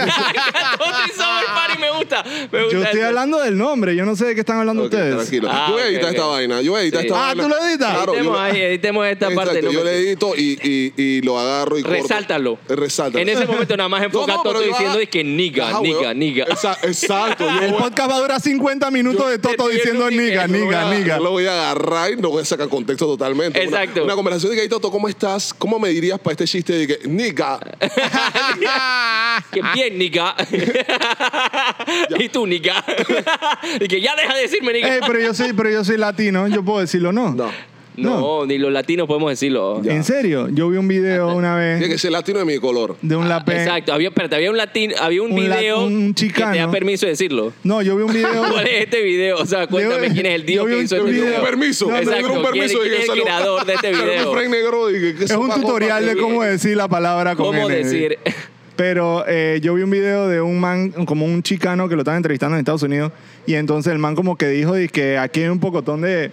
C: Todo hizo el party, me gusta. Me gusta
A: yo estoy
C: eso.
A: hablando del nombre, yo no sé de qué están hablando
B: Ok,
A: ustedes.
B: Tranquilo.
C: Ah,
B: yo voy a
C: ok,
B: editar
C: ok.
B: esta vaina. Yo voy a editar
C: Sí.
B: esta
A: Ah,
B: vaina.
A: ¿tú lo editas?
B: Claro,
C: editemos
B: yo-
C: ahí, editemos esta
B: Exacto,
C: parte.
B: yo
C: loco.
B: le edito y, y, y lo agarro y corto.
C: Resáltalo.
B: Eh, Resáltalo.
C: En ese momento nada más enfoca
B: pero
C: todo
B: yo
C: diciendo
B: haga-
C: es que niga,
B: Ajá,
C: niga,
B: weón.
C: niga.
B: Esa- exacto. Yo
A: El
B: voy-
A: podcast va a durar 50 minutos de Toto
C: estoy
A: diciendo
C: viendo
A: Niga,
C: que- yo
A: Niga,
B: voy a-
A: Niga.
B: Lo voy a agarrar y lo voy a sacar contexto totalmente. Una-
C: Exacto.
B: Una, conversación de que, "Ey, Toto, ¿cómo estás? ¿Cómo me dirías para este chiste de que, nigga?
C: Que bien, niga. y tú, niga. y que ya deja de decirme, niga.
A: Eh, pero yo soy, pero yo soy latino, yo puedo decirlo, ¿no?
B: No.
C: No,
A: No.
C: ni los latinos podemos decirlo.
B: Ya.
A: ¿En serio? Yo vi un video una
B: Tiene que
A: vez
B: ser latino de mi color.
A: de un lapé.
C: Ah, Exacto, había, espérate, había un latino, había un,
A: Un lat-
C: video
A: un
C: que te da
A: chicano.
C: permiso de decirlo.
A: No, yo vi un video.
C: ¿Cuál es este video? O sea, cuéntame
A: Yo-
C: quién es el
A: yo
C: tío
A: vi
C: que
A: un
C: hizo este
A: video.
C: video.
B: Un permiso.
A: No, no,
B: Tengo
C: Exacto,
B: un permiso
C: ¿quién-
B: y que
C: quién es el
B: salió-
C: creador de este
B: salió
C: video?
B: un Frank Negro y que- que
A: Es un
B: sopa
A: tutorial de
B: roja.
A: cómo decir la palabra con
C: ¿Cómo
A: N.
C: decir?
A: Pero eh, yo vi un video de un man, como un chicano que lo estaban entrevistando en Estados Unidos. Y entonces el man como que dijo de que aquí hay un pocotón de,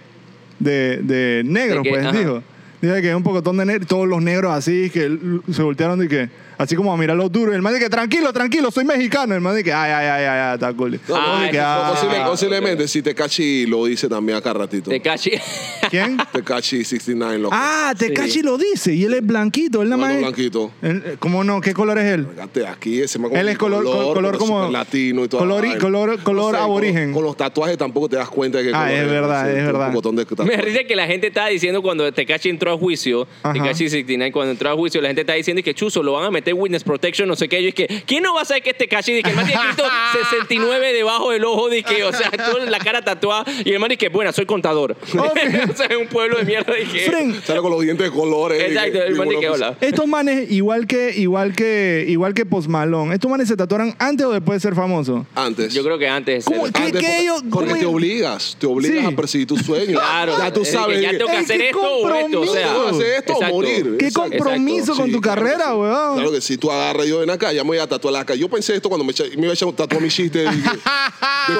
A: de, de negros,
C: De que-
A: pues
C: ajá.
A: dijo. Dijo que hay un pocotón de negros, todos los negros así, que l- se voltearon y que, así como a mirar los duros. Y El man dice que tranquilo, tranquilo, soy mexicano. El man dice que ay, ay, ay, ay, ay, está cool.
B: No,
C: Ah,
A: Dice que,
C: eso
A: "Ah".
C: fue
B: Posible-
C: Ah,
B: posiblemente si Tecachi lo dice también acá ratito.
C: Te cachi.
A: ¿Quién?
B: Tecachi 69, loco.
A: Ah, Tecachi lo dice. Y él es blanquito, él nada
B: Bueno,
A: más.
B: blanquito.
A: Él- ¿Cómo no? ¿Qué color es él?
B: Fíjate, aquí ese man
A: Él es color- col- color
B: pero
A: como-
B: súper latino y todo.
A: color- color- color aborigen.
B: Con, los tatuajes tampoco te das cuenta de que
A: Ah, es verdad, es verdad.
B: Un botón de
C: Me
B: tatuajes.
C: dice que la gente estaba diciendo cuando Tecachi entró a juicio,
A: Ajá.
C: Tecachi 69, cuando entró a juicio, la gente estaba diciendo que Chuzo lo van a meter witness protection, no sé qué. Yo es que, ¿quién no va a saber que es Tecachi? Dice que el man tiene escrito 69 debajo del ojo, de que, o sea, toda la cara tatuada. Y el man dice, bueno, soy contador.
A: Oh, mira.
C: o sea, es un pueblo de mierda. de que-
A: Fren,
B: Sale con los dientes de eh, colores. y
C: Exacto, el man
B: ninguno-
C: dice, hola.
A: Estos manes, igual que, igual que, igual que Post Malone, estos manes se tatuaran antes o después de ser famosos.
B: pues, Antes.
C: Yo creo que antes.
A: ¿Cómo?
C: era-
A: ¿Qué-
B: Antes,
A: qué
B: porque-
A: ellos-
B: Porque
A: cómo
B: te
A: ellos-
B: obligas, te obligas
A: Sí.
B: a perseguir tu sueño.
C: Claro,
B: ya tú
C: es de que
B: sabes.
C: ya tengo que
A: Ey,
C: hacer
A: qué
C: esto o esto. O sea,
A: compromiso.
B: hacer esto
C: Exacto.
B: o morir.
A: Qué
B: Exacto.
A: compromiso con
B: Sí,
A: tu
B: claro que
A: carrera,
B: sí.
A: weón.
B: Claro que si tú agarras yo ven acá, ya me voy a tatuar la acá. Yo pensé esto cuando me, echa- me iba a echar un tatuaje a mi chiste. de- de-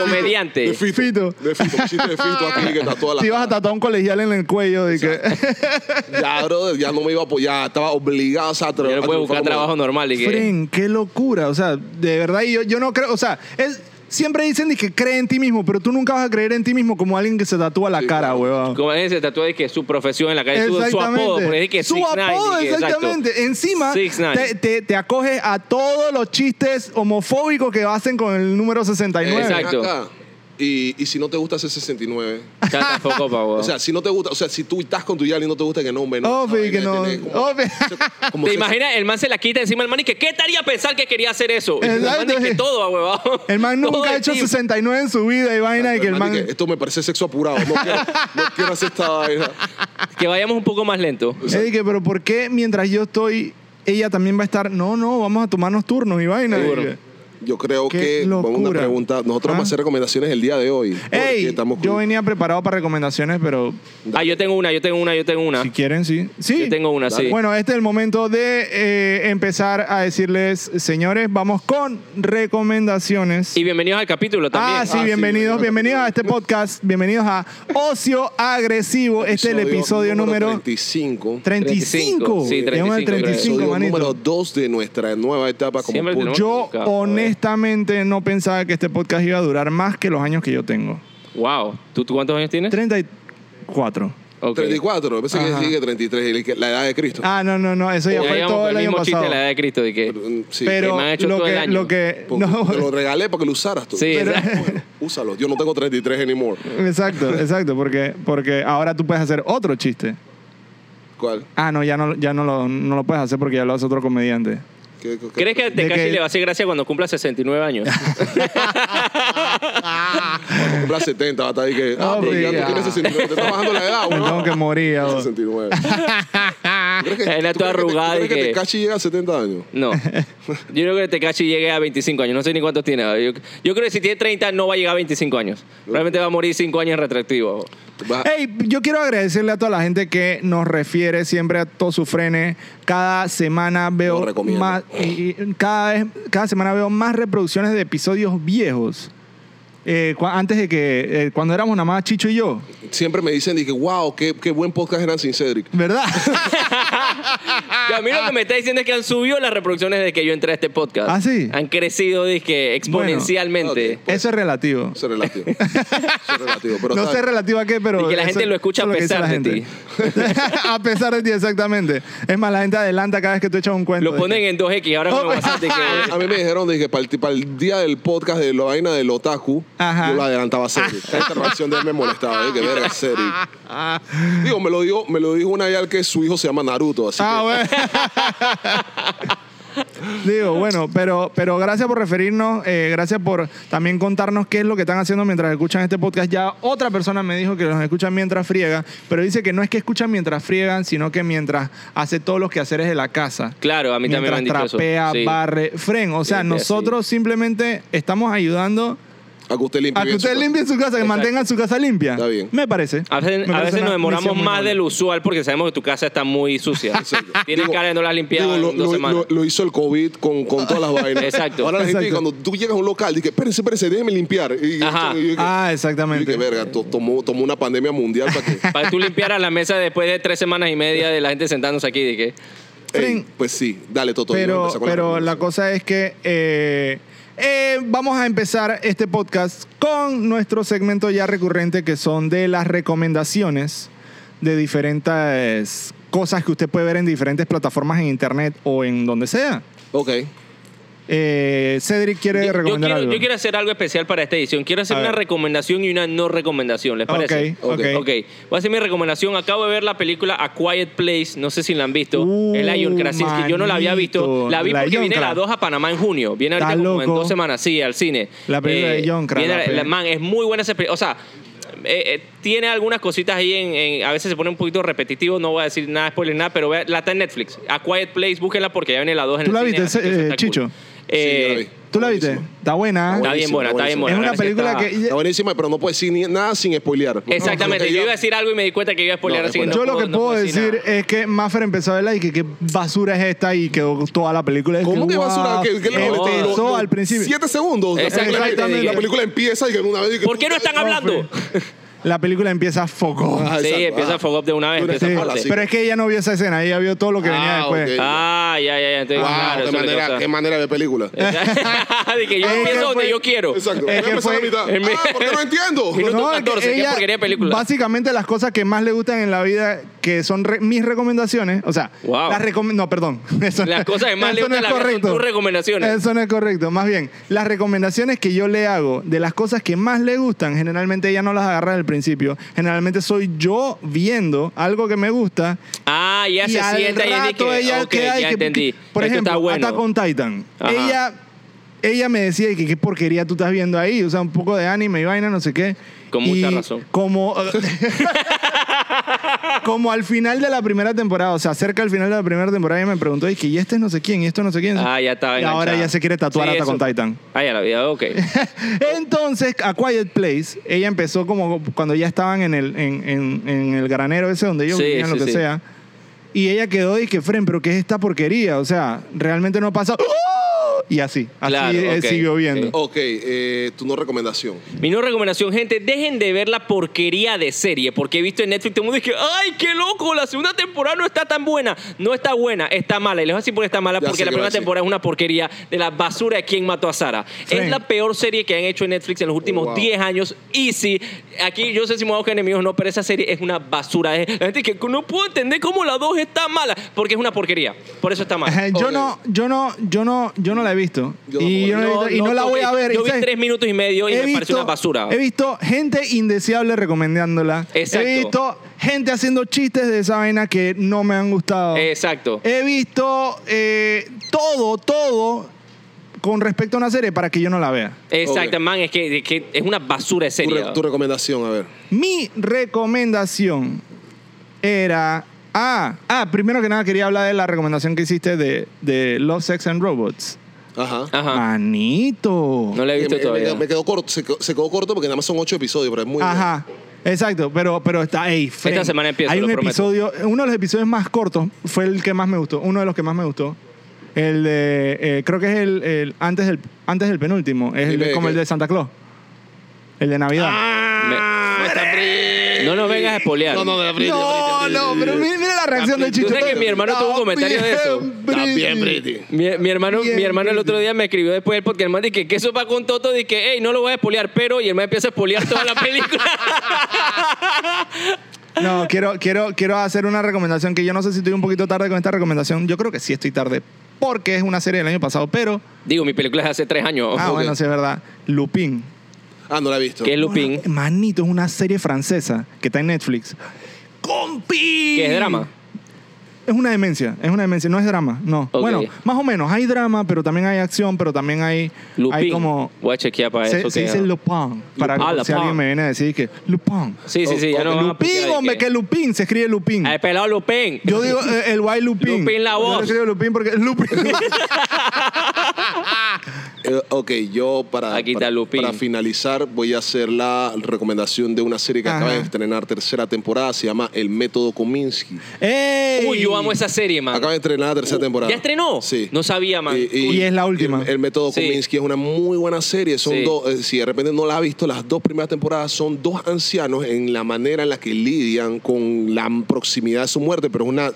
C: Comediante.
B: De fito.
A: Fito.
B: De fito. mi chiste de fito aquí que tatuó la
A: Te ibas a
B: cara.
A: tatuar un colegial en el cuello. de que-
B: Ya, brother, ya no me iba a apoyar. Estaba obligado a tra-
C: Yo no
B: a
C: puedo
B: triunfar
C: buscar
B: como-
C: trabajo normal. Y que,
A: Fren, qué locura. O sea, de verdad, y yo, yo no creo. O sea, es- siempre dicen de que cree en ti mismo, pero tú nunca vas a creer en ti mismo como alguien que se tatúa la
B: Sí,
A: cara,
B: claro.
A: weón.
C: Como alguien se tatúa de que su profesión en la calle, su, su apodo, porque es que
A: Su
C: 6ix9ine,
A: apodo,
C: dije, exacto.
A: exactamente. Encima,
C: 6ix9ine.
A: te, te- te acoges a todos los chistes homofóbicos que hacen con el número 69.
B: "Eh, Ven
C: Exacto.
B: acá. Y, y si no te gusta ese 69.
C: Ya tampoco, pa, weón.
B: O sea, si no te gusta, o sea, si tú estás con tu yal y no te gusta que no, hombre, no.
A: Obvio
B: esa
A: Oh, que
B: vaina
A: no. Oh.
B: tiene como-
A: Obvio.
B: como
C: ¿Te
B: se-
C: imaginas? El man se la quita encima del man y que, ¿qué te haría pensar que quería hacer eso? Y El man
A: Exacto.
C: dice que todo, ah, huevado.
A: El man nunca ha hecho 69 en su vida y vaina y que el man...
B: Dije, Esto me parece sexo apurado. No quiero, no quiero hacer esta vaina.
C: Que vayamos un poco más lento.
A: Ey, que, pero ¿por qué mientras yo estoy, ella también va a estar? No, no, vamos a tomarnos turnos y vaina.
C: Seguro.
A: Dije,
B: Yo creo
A: Qué
B: que vamos a una
A: locura.
B: pregunta. Nosotros
A: Ah.
B: vamos a hacer recomendaciones el día de hoy. porque
A: Ey,
B: estamos
A: yo
B: con-
A: venía preparado para recomendaciones, pero
C: Ah, yo tengo una, yo tengo una, yo tengo una.
A: si quieren, sí. Sí.
C: Ah. Yo tengo una, sí.
A: Bueno, este es el momento de eh, empezar a decirles, señores, vamos con recomendaciones.
C: Y bienvenidos al capítulo también.
A: Ah, sí,
B: Ah, sí,
A: bienvenidos,
B: bienvenido.
A: bienvenidos a este podcast, bienvenidos a Ocio Agresivo. Este es el episodio número
B: 35.
A: 35.
C: Sí,
A: Llegamos al
C: 35, creo.
B: episodio
A: 35,
B: número
A: manito.
B: 2 de nuestra nueva etapa como
C: Siempre
B: podcast.
A: Yo
C: Nunca, joder.
A: honestamente no pensaba que este podcast iba a durar más que los años que yo tengo.
C: Wow. Ah, ¿Tú, tú cuántos años tienes?
A: 34.
C: Ok.
B: 34, me parece que
A: Ajá.
B: sigue 33, el que- la edad de Cristo.
A: Ah, no, no, no, eso ya
C: Ya
A: fue
C: llevamos
A: todo
C: con
A: el
C: el
A: año
C: mismo chiste de la edad
A: pasado.
C: de Cristo. de que-
B: Mm, sí. eh,
A: Pero
C: me han hecho
A: lo
C: todo el
A: que,
C: año.
A: lo que...
B: Porque
A: no,
B: te lo regalé para que lo usaras tú.
C: Sí,
A: Pero-
C: exacto.
B: Úsalo. Yo no tengo 33 anymore.
A: exacto, exacto, porque, porque ahora tú puedes hacer otro chiste.
B: ¿Cuál?
A: Ah, no, ya no, ya no, lo, no lo puedes hacer porque ya lo hace otro comediante.
B: ¿Qué- qué-
C: ¿Crees que a
A: De
C: Tecachi
A: que-
C: le va a hacer gracia cuando cumpla 69 años?
B: Cuando cumpla 70, va a estar ahí que. Ah,
A: Oh,
B: pero ya
A: mira.
B: tú tienes 69. Te está bajando la edad,
A: Me
B: weón.
A: tengo que morir. ya, weón.
B: 69. ¿Tú crees que-
C: Era
B: tú crees que
C: toda
B: te-
C: arrugada
B: ¿Tú
C: y
B: crees que
C: que-
B: Tekashi llega a 70 años?
C: No. Yo creo que Tecachi llegue a 25 años. No sé ni cuántos tiene. Yo, yo creo que si tiene 30 no va a llegar a 25 años. Probablemente va a morir 5 años retractivo.
B: Vas-
A: Hey, yo quiero agradecerle a toda la gente que nos refiere siempre a todos sus frenes. Cada semana veo
B: Lo recomiendo.
A: más, y- y cada vez, cada semana veo más reproducciones de episodios viejos. Eh, cua- antes de que, eh, cuando éramos nada más Chicho y yo,
B: Siempre me dicen, dije, wow, qué, qué buen podcast eran sin Cedric.
A: ¿verdad?
C: Y a mí lo que me está diciendo es que han subido las reproducciones desde que yo entré a este podcast.
A: ¿Ah, sí?
C: Han crecido dizque, exponencialmente.
B: Bueno,
A: Eso es relativo.
B: Eso es relativo. Eso es relativo. Pero
A: no
B: está-
A: sé relativo a qué, pero.
C: Y que la gente lo escucha
A: eso
C: a
A: es lo
C: pesar
A: que
C: de
A: dice la gente. a pesar de ti, exactamente. Es más, la gente adelanta cada vez que tú echas un cuento.
C: Lo
A: de que-
C: ponen en 2X. Ahora con WhatsApp dizque,
B: A mí me dijeron, dije, para el, para el día del podcast de la vaina del otaku,
A: Ajá.
B: yo lo adelantaba a Cedric. La interacción de él me molestaba, dije, verga, Cedric. Digo, me Ah, lo dijo, me lo dijo una vez al que su hijo se llama Naruto, así
A: Ah, bueno. Digo, bueno, pero, pero gracias por referirnos, eh, gracias por también contarnos qué es lo que están haciendo mientras escuchan este podcast. Ya otra persona me dijo que los escuchan mientras friega, pero dice que no es que escuchan mientras friegan, sino que mientras hace todos los quehaceres de la casa.
C: Claro, a mí también me han
A: Mientras
C: dicho eso.
A: trapea,
C: Sí.
A: barre, fren. O sea,
C: Sí, sí,
A: nosotros simplemente estamos ayudando
B: A que usted limpie
A: a que
B: bien su
A: ustedes
B: casa.
A: limpien su casa, que
C: Exacto.
A: mantengan su casa limpia.
B: Está bien.
A: Me parece.
C: A veces,
A: Me
C: a
A: parece
C: veces
A: una
C: nos demoramos
A: misión muy
C: más
A: noble.
C: del usual porque sabemos que tu casa está muy sucia. Tienes
B: Digo,
C: cara de no la has limpiado
B: digo,
C: en
B: lo,
C: dos
B: lo-
C: semanas.
B: lo- lo hizo el COVID con, con todas las vainas.
C: Exacto.
B: Ahora la gente,
A: Exacto.
B: cuando tú llegas a un local, dice, espérense, espérense, déjeme limpiar. Y,
C: Ajá.
B: y- y-
A: Ah,
B: y
A: exactamente.
B: que verga, to- tomó, tomó una pandemia mundial para que...
C: Para que tú limpiaras la mesa después de tres semanas y media de la gente sentándose aquí. De que,
B: Ey,
A: Fren.
B: pues sí, dale, Toto. yo voy a
A: pero,
B: empezar con
A: pero la
B: recomendación.
A: cosa es que eh, eh, vamos a empezar este podcast con nuestro segmento ya recurrente que son de las recomendaciones de diferentes cosas que usted puede ver en diferentes plataformas en internet o en donde sea.
B: Ok.
A: Eh, Cedric quiere
C: yo, yo
A: recomendar
C: quiero,
A: algo.
C: yo quiero hacer algo especial para esta edición. Quiero hacer
A: A
C: una
A: ver.
C: recomendación y una no recomendación. ¿Les parece?
A: Ok, ok.
C: Ok, voy a hacer mi recomendación. Acabo de ver la película A Quiet Place. No sé si la han visto.
A: Uh,
C: es la de John Krasinski. Yo no la había visto.
A: manito,
C: La vi
A: la
C: porque
A: John
C: viene
A: Kras-
C: la 2 a Panamá en junio. Viene ahorita
A: ¿Estás
C: como en
A: loco?
C: dos semanas. Sí, al cine. Eh,
A: La película de John Kras,
C: viene
A: la
C: la- la-
A: peli-
C: Man, es muy buena esa película. O sea. eh, eh, tiene algunas cositas ahí en, en- a veces se pone un poquito repetitivo no voy a decir nada spoiler nada pero vea- la está en Netflix A Quiet Place búsquenla porque ya viene la 2 en
A: ¿Tú
C: el
A: la
C: cine,
A: viste,
C: así que
A: eh,
C: eso está cool.
A: Chicho?
C: Eh,
B: Sí, yo la vi.
A: ¿Tú la viste?
B: Buenísima.
A: Está buena.
C: Está
B: Buenísima,
C: bien buena, está bien
B: buenísima.
C: buena.
A: Ah, es una
C: La verdad
A: película
C: sí está-
A: que...
B: Está buenísima, pero no puedes decir ni- nada sin spoilear.
C: Exactamente,
B: No, no,
C: yo iba a
B: ella-
C: decir algo y me di cuenta que iba a spoiler
B: No,
C: así que
B: bueno.
C: no
A: pues, Yo lo que puedo, decir
C: nada.
A: es que Maffer empezó a verla y que qué basura es esta y quedó toda la película. Es
B: ¿Cómo que
A: guau,
B: basura? ¿Qué, qué le
C: No,
B: metí?
A: empezó
B: Lo- lo-
A: al principio.
B: Siete segundos. La película-
A: Exactamente.
B: La película empieza y que una vez... y que-
C: ¿Por qué no están hablando?
A: La película empieza a foco.
B: Ah,
C: Sí,
B: exacto.
C: empieza
B: Ah.
C: a fog up de una vez.
B: Tú eres
C: empieza
A: Sí,
B: esa
C: fuerte.
B: mala, sí.
A: Pero es que ella no vio esa escena, ella vio todo lo que
B: Ah,
A: venía después.
B: ok.
C: Ah, ya, ya, ya. Entonces,
B: Wow, qué,
C: claro, eso es lo que
B: manera,
C: pasa.
B: qué manera de película.
C: De que yo
A: Es que
C: empiezo
A: fue-
C: donde yo quiero.
B: Exacto. Voy
A: Eh, Es
B: a
A: que
B: empezar a
A: fue-
B: mitad. Ah, ¿por qué no entiendo?
C: Minuto
A: No, es que
C: 14, qué
A: ella-
C: porquería de película.
A: Básicamente las cosas que más le gustan en la vida, que son re- mis recomendaciones, o sea,
C: Wow.
A: las recom- no, perdón. Eso-
C: Las cosas que más le
A: eso no
C: gustan en
A: es
C: la vida son
A: correcto.
C: tus recomendaciones.
A: Eso no es correcto, más bien, las recomendaciones que yo le hago de las cosas que más le gustan, generalmente ella no las agarra del principio, generalmente soy yo viendo algo que me gusta
C: Ah, ya
A: y
C: se
A: al
C: sienta y dije,
A: rato
C: que,
A: ella
C: ok,
A: queda y
C: ya
A: que-
C: entendí.
A: por
C: Esto
A: ejemplo
C: está bueno.
A: hasta con Titan
C: Ajá.
A: ella ella me decía que qué porquería tú estás viendo ahí o sea un poco de anime y vaina no sé qué
C: Con
A: Y
C: mucha razón.
A: como como al final de la primera temporada o sea cerca al final de la primera temporada ella me preguntó y que y este no sé quién y esto no sé quién
C: Ah, ya estaba
A: y ahora
C: enganchada.
A: ya se quiere tatuar
C: Sí,
A: hasta
C: eso.
A: con Titan
C: Ah, ya la vida, ok.
A: entonces, a Quiet Place, ella empezó como cuando ya estaban en el, en, en- en el granero ese donde ellos
C: Sí,
A: vivían,
C: sí,
A: lo que
C: sí.
A: sea. Y ella quedó y que, Fren, pero ¿qué es esta porquería? O sea, realmente no pasa. ¡Oh! Y así, así
C: Claro,
A: eh,
C: ok,
A: siguió viendo.
C: ok.
B: Ok, eh, tu no recomendación.
C: Mi nueva recomendación, gente, dejen de ver la porquería de serie, porque he visto en Netflix todo el mundo dice, ¡ay, qué loco! La segunda temporada no está tan buena. No está buena, está mala. Y les voy a decir por qué está mala,
B: Ya sé qué
C: porque la
B: va a
C: primera
B: decir.
C: temporada es una porquería de la basura de quién mató a Sara.
A: Frank.
C: Es la peor serie que han hecho en Netflix en los últimos
B: Wow.
C: 10 años. Easy. Aquí yo sé si me hago que enemigos o no, pero esa serie es una basura. Es- La gente que no puedo entender cómo la 2 está mala, porque es una porquería. Por eso está mala.
A: Yo
B: Ok.
A: no, yo no, yo no, yo no la he visto.
B: Yo
A: y yo no, la he
B: tampoco.
A: visto, y no la voy a ver.
C: Yo
A: Y
C: vi
A: ¿sabes?
C: tres minutos y medio y
A: He
C: me parece una basura.
A: He visto gente indeseable recomendándola.
C: Exacto.
A: He visto gente haciendo chistes de esa vaina que no me han gustado.
C: Exacto.
A: He visto eh, todo, todo con respecto a una serie para que yo no la vea.
C: Exacto,
B: Ok.
C: man, es que, es que es una basura de
B: Tu,
C: serie.
B: re- tu recomendación, a ver.
A: Mi recomendación era. Ah, ah, primero que nada quería hablar de la recomendación que hiciste de, de Love, Sex and Robots.
B: Ajá.
A: Ah.
C: Ajá.
A: Manito.
C: Ah, No la
B: Eh,
C: he visto
B: me, me
C: todavía.
B: quedó- me quedó corto, se quedó, se quedó corto porque nada más son ocho episodios, pero es muy.
A: Ajá. Exacto, pero, pero está ahí.
C: Esta semana empiezo,
A: Hay
C: lo
A: un
C: prometo.
A: episodio, uno de los episodios más cortos, fue el que más me gustó, uno de los que más me gustó. El de, eh, creo que es el, el antes, del, antes del penúltimo, es el
B: Dime
A: de-
B: de
A: como
B: qué.
A: el de Santa Claus, el de Navidad.
C: Me- No nos vengas a espolear.
B: No, no, de abril.
A: no, no, pero mi- mira, la reacción de Chicho.
C: Tú sabes que mi hermano tuvo un comentario de eso.
B: También,
A: Brady.
B: Brady.
C: Mi, mi hermano,
A: Bien,
C: mi hermano el
A: bien.
C: otro día me escribió después del podcast, el man dije que eso va con Toto, dije, hey, no lo voy a espolear, pero y el man empieza a espolear toda la película.
A: No, quiero, quiero, quiero hacer una recomendación que yo no sé si estoy un poquito tarde con esta recomendación. Yo creo que sí estoy tarde porque es una serie del año pasado, pero...
C: Digo, mi película es de hace tres años.
A: Ah,
B: ok.
A: bueno, sí es verdad. Lupin.
B: Ah, no la he visto.
C: que es Lupin,
A: Hola, Manito, es una serie francesa que está en Netflix. ¡Compi!
C: que es drama.
A: Es es una demencia, es una demencia, no es drama, no.
C: Ok.
A: Bueno, más o menos, hay drama, pero también hay acción, pero también hay, hay
C: Lupin.
A: como...
C: Voy a chequear para
A: se,
C: eso.
A: se
C: que-
A: dice Lupin, para
C: Lupin. Ah,
A: si alguien
C: Lupin.
A: me viene a decir que Lupin.
C: Sí, sí, sí. Ya
B: O-
C: no
B: o
C: van a
A: Lupin,
C: pillar de
A: hombre, que Lupin, se escribe Lupin.
C: Ah, El pelado Lupín.
A: Yo digo eh, el guay Lupin.
C: Lupin la
A: Yo
C: voz.
A: le escribo Lupin porque Lupin.
B: Eh, ok, yo para,
C: Aquí está
B: para,
C: Lupín.
B: para finalizar voy a hacer la recomendación de una serie que
A: Ajá.
B: acaba de estrenar tercera temporada, se llama El Método Kominsky.
A: ¡Ey!
C: Uy, yo amo esa serie, man.
B: Acaba de estrenar la tercera temporada.
C: Ah. Uh, ¿Ya estrenó?
B: Sí.
C: No sabía, man.
A: Y es la última.
B: El, el método
C: Sí.
B: Kominsky es una muy buena serie. Son
C: Sí.
B: dos, eh, si de repente no la has visto, las dos primeras temporadas son dos ancianos en la manera en la que lidian con la proximidad de su muerte, pero es una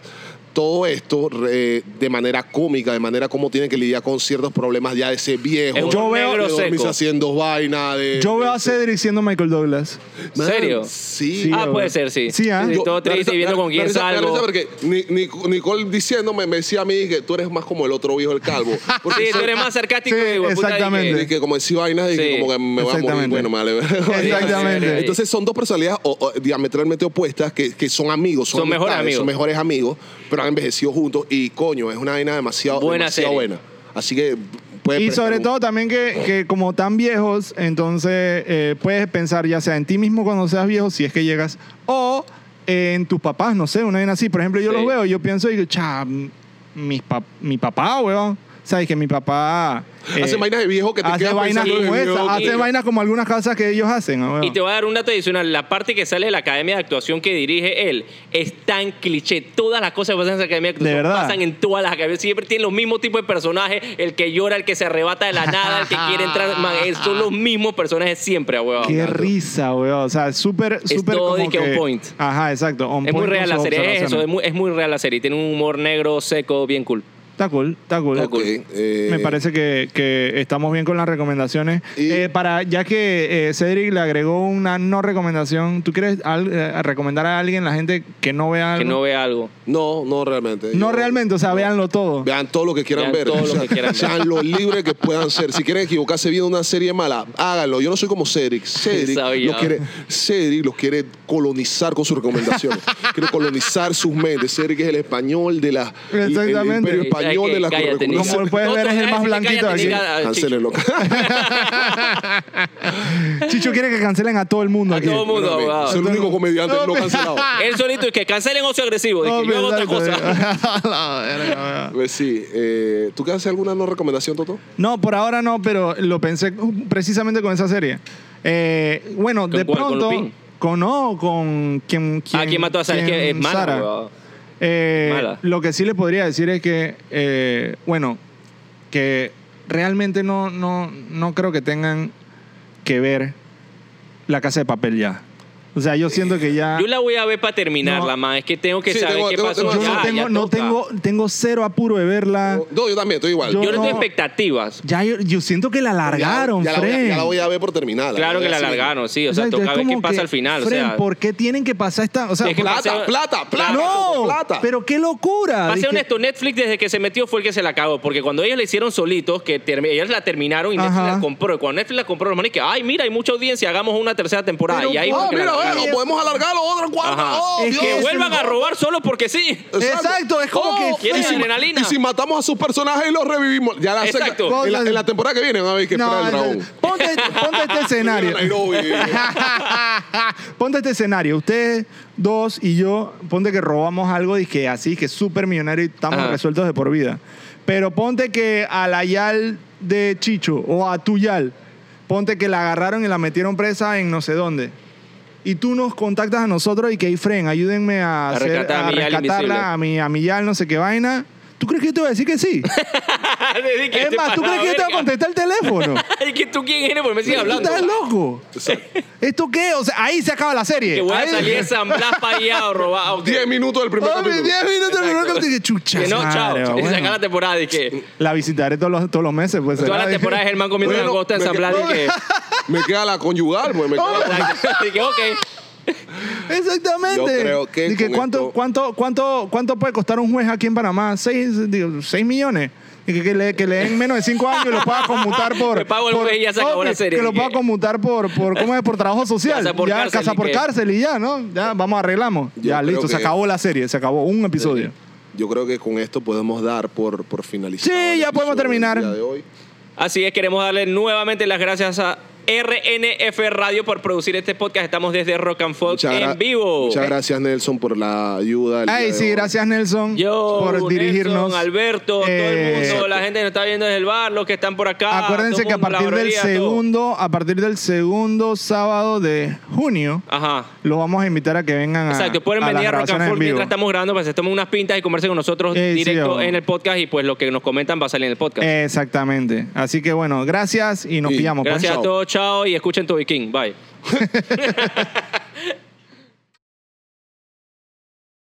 B: todo esto eh, de manera cómica, de manera como tienen que lidiar con ciertos problemas ya de ese viejo.
C: Es un
A: Yo veo-
C: negro
B: de dormirse
C: seco.
B: haciendo vaina de
A: Yo veo a Cedric siendo Michael Douglas.
B: Man,
C: ¿Serio?
B: Sí.
A: Sí,
C: Ah,
A: bro.
C: puede ser, sí.
A: Sí, ah.
C: Y
A: Yo-
B: da
C: todo triste
B: risa-
C: y viendo
B: da-
C: con
B: da
C: quién
B: risa- da risa
C: salgo.
B: Porque Ni- Ni- Nicole diciéndome, me decía a mí que tú eres más como el otro viejo, el calvo. Porque
C: Sí, tú
B: soy-
C: eres más sarcástico
A: Ah, Sí,
C: que hijo de puta,
A: exactamente.
C: dije.
B: y que como decía vainas y que
C: Sí.
B: como que me voy a morir,
A: Exactamente.
B: bueno, me vale.
A: Exactamente.
B: Entonces son dos personalidades o- o diametralmente opuestas que, que son amigos, son,
C: Son mejores
B: amistades,
C: amigos.
B: son mejores amigos, pero han envejecido juntos y coño, es una vaina demasiado
C: Buena
B: demasiado
C: serie.
B: buena. Así que puede
A: Y
B: prestar
A: sobre
B: un-
A: todo también que, que como tan viejos, entonces eh, puedes pensar ya sea en ti mismo cuando seas viejo, si es que llegas, o eh, en tus papás, no sé, una vez así. Por ejemplo, yo
C: Sí.
A: los veo y yo pienso, y digo, cha, m- mis pap- mi papá, weón. ¿Sabes que mi papá... eh,
B: Hace vainas de viejo que te
A: hace
B: quedas
A: vainas
B: pensando,
A: como
B: "Dios,
A: esas,
B: qué
A: hace vainas como algunas cosas que ellos hacen. weón.
C: Y te voy a dar un dato adicional. La parte que sale de la academia de actuación que dirige él es tan cliché. Todas las cosas que pasan en esa academia de actuación
A: De verdad.
C: pasan en todas las academias. Siempre tienen los mismos tipos de personajes. El que llora, el que se arrebata de la nada, el que quiere entrar. Man, eh, son los mismos personajes siempre, huevón.
A: Qué risa, weón. O sea, súper, súper
C: todo
A: como
C: de que on point.
A: Ajá, exacto. on
C: Es muy
A: point
C: real
A: con
C: la
A: sus
C: serie. Es eso,
A: observaciones.
C: es muy, es muy real la serie. Tiene un humor negro, seco, bien cool.
A: Está cool, está cool.
B: Ok, eh,
A: Me parece que, que estamos bien con las recomendaciones.
B: Y-
A: Eh, para, ya que eh, Cedric le agregó una no recomendación, ¿tú quieres al- eh, recomendar a alguien, la gente que no vea algo?
C: Que no vea algo.
B: No, no realmente.
A: No
B: Yo-
A: realmente, o sea, véanlo todo.
B: Vean todo lo que quieran
C: Vean
B: ver.
C: todo lo
B: O sea,
C: que quieran ver.
B: Sean lo libres que puedan ser. Si quieren equivocarse viendo una serie mala, háganlo. Yo no soy como Cedric. Cedric
C: Sabía.
B: los quiere, Cedric los quiere colonizar con sus recomendaciones. quiere colonizar sus mentes. Cedric es el español de la. el- el
A: Exactamente.
B: imperio español
C: Ay,
B: de
C: que
B: las
C: cállate,
B: recomendaciones.
C: Nica.
A: Como puedes ver,
C: te
A: es el
C: voy a
A: más
C: decir que
A: blanquito
C: cállate,
A: de aquí.
C: Nica, chico.
B: Cancelenlo.
A: Chicho quiere que cancelen a todo el mundo
C: A
A: aquí.
C: todo el mundo, abogado.
B: Soy el único comediante
A: No,
B: no
A: me-
B: cancelado.
C: Él solito es que cancelen ocio agresivo. de que yo hago otra cosa.
B: Pues sí. eh, ¿Tú quieres hacer alguna no recomendación, Toto?
A: No, por ahora no, pero lo pensé precisamente con esa serie. Eh, bueno,
C: ¿Con
A: de
C: cuál? ¿Con
A: pronto.
C: Lupin?
A: con no, con quien. quien
C: Ah, ¿quién mató a Sara? Es
A: quien-
C: que es mala,
A: Sara.
C: huevado.
A: Eh,
C: Mala.
A: Lo que sí le podría decir es que, eh, bueno, que realmente no, no, no creo que tengan que ver la casa de papel ya. O sea, yo siento que ya.
C: Yo la voy a ver para terminarla,
A: No.
C: man. Es que tengo que
B: Sí,
C: saber
B: tengo-
C: qué
B: tengo-
C: pasó.
B: tengo-
A: yo
C: ya,
A: no,
C: ya
A: tengo, no
C: toca.
A: tengo, tengo cero apuro de verla.
B: No, yo también, estoy igual.
A: Ah. Yo-
C: Yo no tengo
A: no.
C: expectativas.
A: Ya yo, yo siento que la alargaron,
B: ya, la voy, a-
A: Fren.
B: ya la voy a ver por terminada.
C: Claro que la
B: Así mismo.
C: alargaron, sí. O sea,
A: Exacto,
C: toca
A: es
C: ver qué
A: como
C: pasa
A: que,
C: al final.
A: Fren,
C: o sea,
A: ¿por qué tienen que pasar esta? O sea,
C: Es que
A: ¿por-
B: Plata,
C: Paseo-
B: plata, plata,
A: no,
B: plata.
A: pero qué locura.
C: Para ser
A: Dije-
C: honesto, Netflix desde que se metió fue el que se la acabó. Porque cuando ellos la hicieron solitos, que termi- ellos la terminaron y Netflix
A: Ajá.
C: la compró. Y cuando Netflix la compró, los manes que, ay, mira, hay mucha audiencia, hagamos una tercera temporada.
A: Pero,
C: y ahí
A: ah,
C: fue
B: Ah,
C: que la
B: mira,
C: largaron.
B: bueno, podemos alargarlo otra cuarta.
C: Ajá.
B: Oh,
A: Es
B: Dios.
A: que
C: Que
A: Eso
C: vuelvan
A: no.
C: a robar solo porque sí.
A: Exacto, es como que-
B: y
C: ¿Quieren
B: si,
C: adrenalina?
B: y si matamos a sus personajes y los revivimos. Ya la
C: Exacto.
B: sexta- en, la, en la temporada que viene van a ver que espera
A: No,
B: el dragón.
A: entonces, ponte, ponte este escenario.
B: Nairobi.
A: ponte este escenario. Ustedes dos y yo, ponte que robamos algo y que así, que súper millonario y estamos
C: Ajá.
A: resueltos de por vida. Pero ponte que a la Yal de Chicho o a tu Yal, ponte que la agarraron y la metieron presa en no sé dónde. Y tú nos contactas a nosotros y que, "Hey, Fren, ayúdenme a,
C: A
A: hacer-
C: rescatar a
A: a
C: mi Yal invisible".
A: rescatarla, a mi, a mi Yal, no sé qué vaina. ¿Tú crees que yo te voy a decir que sí?
C: Así que
A: es
C: te
A: más, ¿tú
C: pasa
A: crees que yo te voy a
C: Este verga.
A: contestar el teléfono?
C: Ay, que tú quién eres, porque me sigues
A: ¿Tú
C: hablando.
A: estás loco?
B: Exacto.
A: ¿Esto qué? O sea, ahí se acaba la serie.
C: Que voy a
A: Ahí-
C: salir de San Blas para allá o robar. ok.
B: Diez minutos del primer
A: Hombre,
B: capítulo.
A: 10 minutos del primer capítulo. Dije, chucha.
C: Que no, chao.
A: madre,
C: Y se
A: bueno.
C: acaba la temporada y que
A: La visitaré todos los, todos los meses, pues.
C: toda
A: será,
C: la
A: dije.
C: temporada es el man comiendo
B: Bueno,
C: langosta en
B: me
C: San Blas y que.
B: Me queda la conyugal, pues. Me queda la conyugal.
C: Y que, ok.
A: Exactamente.
B: Yo creo que
A: Dije,
B: con
A: ¿cuánto,
B: esto-
A: cuánto, cuánto, ¿cuánto puede costar un juez aquí en Panamá? ¿Seis, digo, seis millones? Dije, que, le, que le den menos de cinco años y lo pueda conmutar por...
C: Me pago el
A: por-
C: juez y ya se acabó
A: no,
C: la
A: que-
C: serie,
A: Que lo
C: dije.
A: pueda conmutar por, por, ¿cómo es? Por trabajo social.
C: Casa por
A: ya,
C: cárcel,
A: casa por
C: dije.
A: cárcel y ya, ¿no? Ya, vamos, arreglamos.
B: Yo
A: ya,
B: creo
A: listo, se
B: que-
A: acabó la serie, se acabó un episodio.
B: yo creo que con esto podemos dar por, por finalizado.
A: Sí,
B: el
A: ya podemos
B: episodio del
A: terminar.
B: día de hoy.
C: Así es, queremos darle nuevamente las gracias a RNF Radio por producir este podcast. Estamos desde Rock and Folk
B: Muchas gra-
C: en vivo.
B: Muchas gracias, Nelson, por la ayuda. el día
A: Ay,
B: de
A: sí,
B: hoy.
A: gracias Nelson
C: Yo,
A: por
C: Nelson,
A: dirigirnos.
C: Alberto, todo
A: Eh,
C: el mundo, la gente que nos está viendo desde el bar, los que están por acá.
A: Acuérdense
C: Ah, todo
A: que a
C: el mundo, la
A: partir del
C: barbería, todo.
A: segundo, a partir del segundo sábado de junio,
C: Ajá.
A: los vamos a invitar a que vengan a,
C: Exacto, pueden
A: Ah, a
C: venir
A: las
C: a Rock and
A: grabaciones
C: Folk
A: en vivo.
C: mientras estamos grabando para que se tomen unas pintas y conversen con nosotros
A: Eh, sí,
C: directo
A: oh. Eh,
C: en el podcast y pues lo que nos comentan va a salir en el podcast.
A: Exactamente. Así que bueno, gracias y nos
B: Y
A: pillamos. pues.
C: gracias a
B: chao.
C: todos, chao y escuchen Toby King. Bye.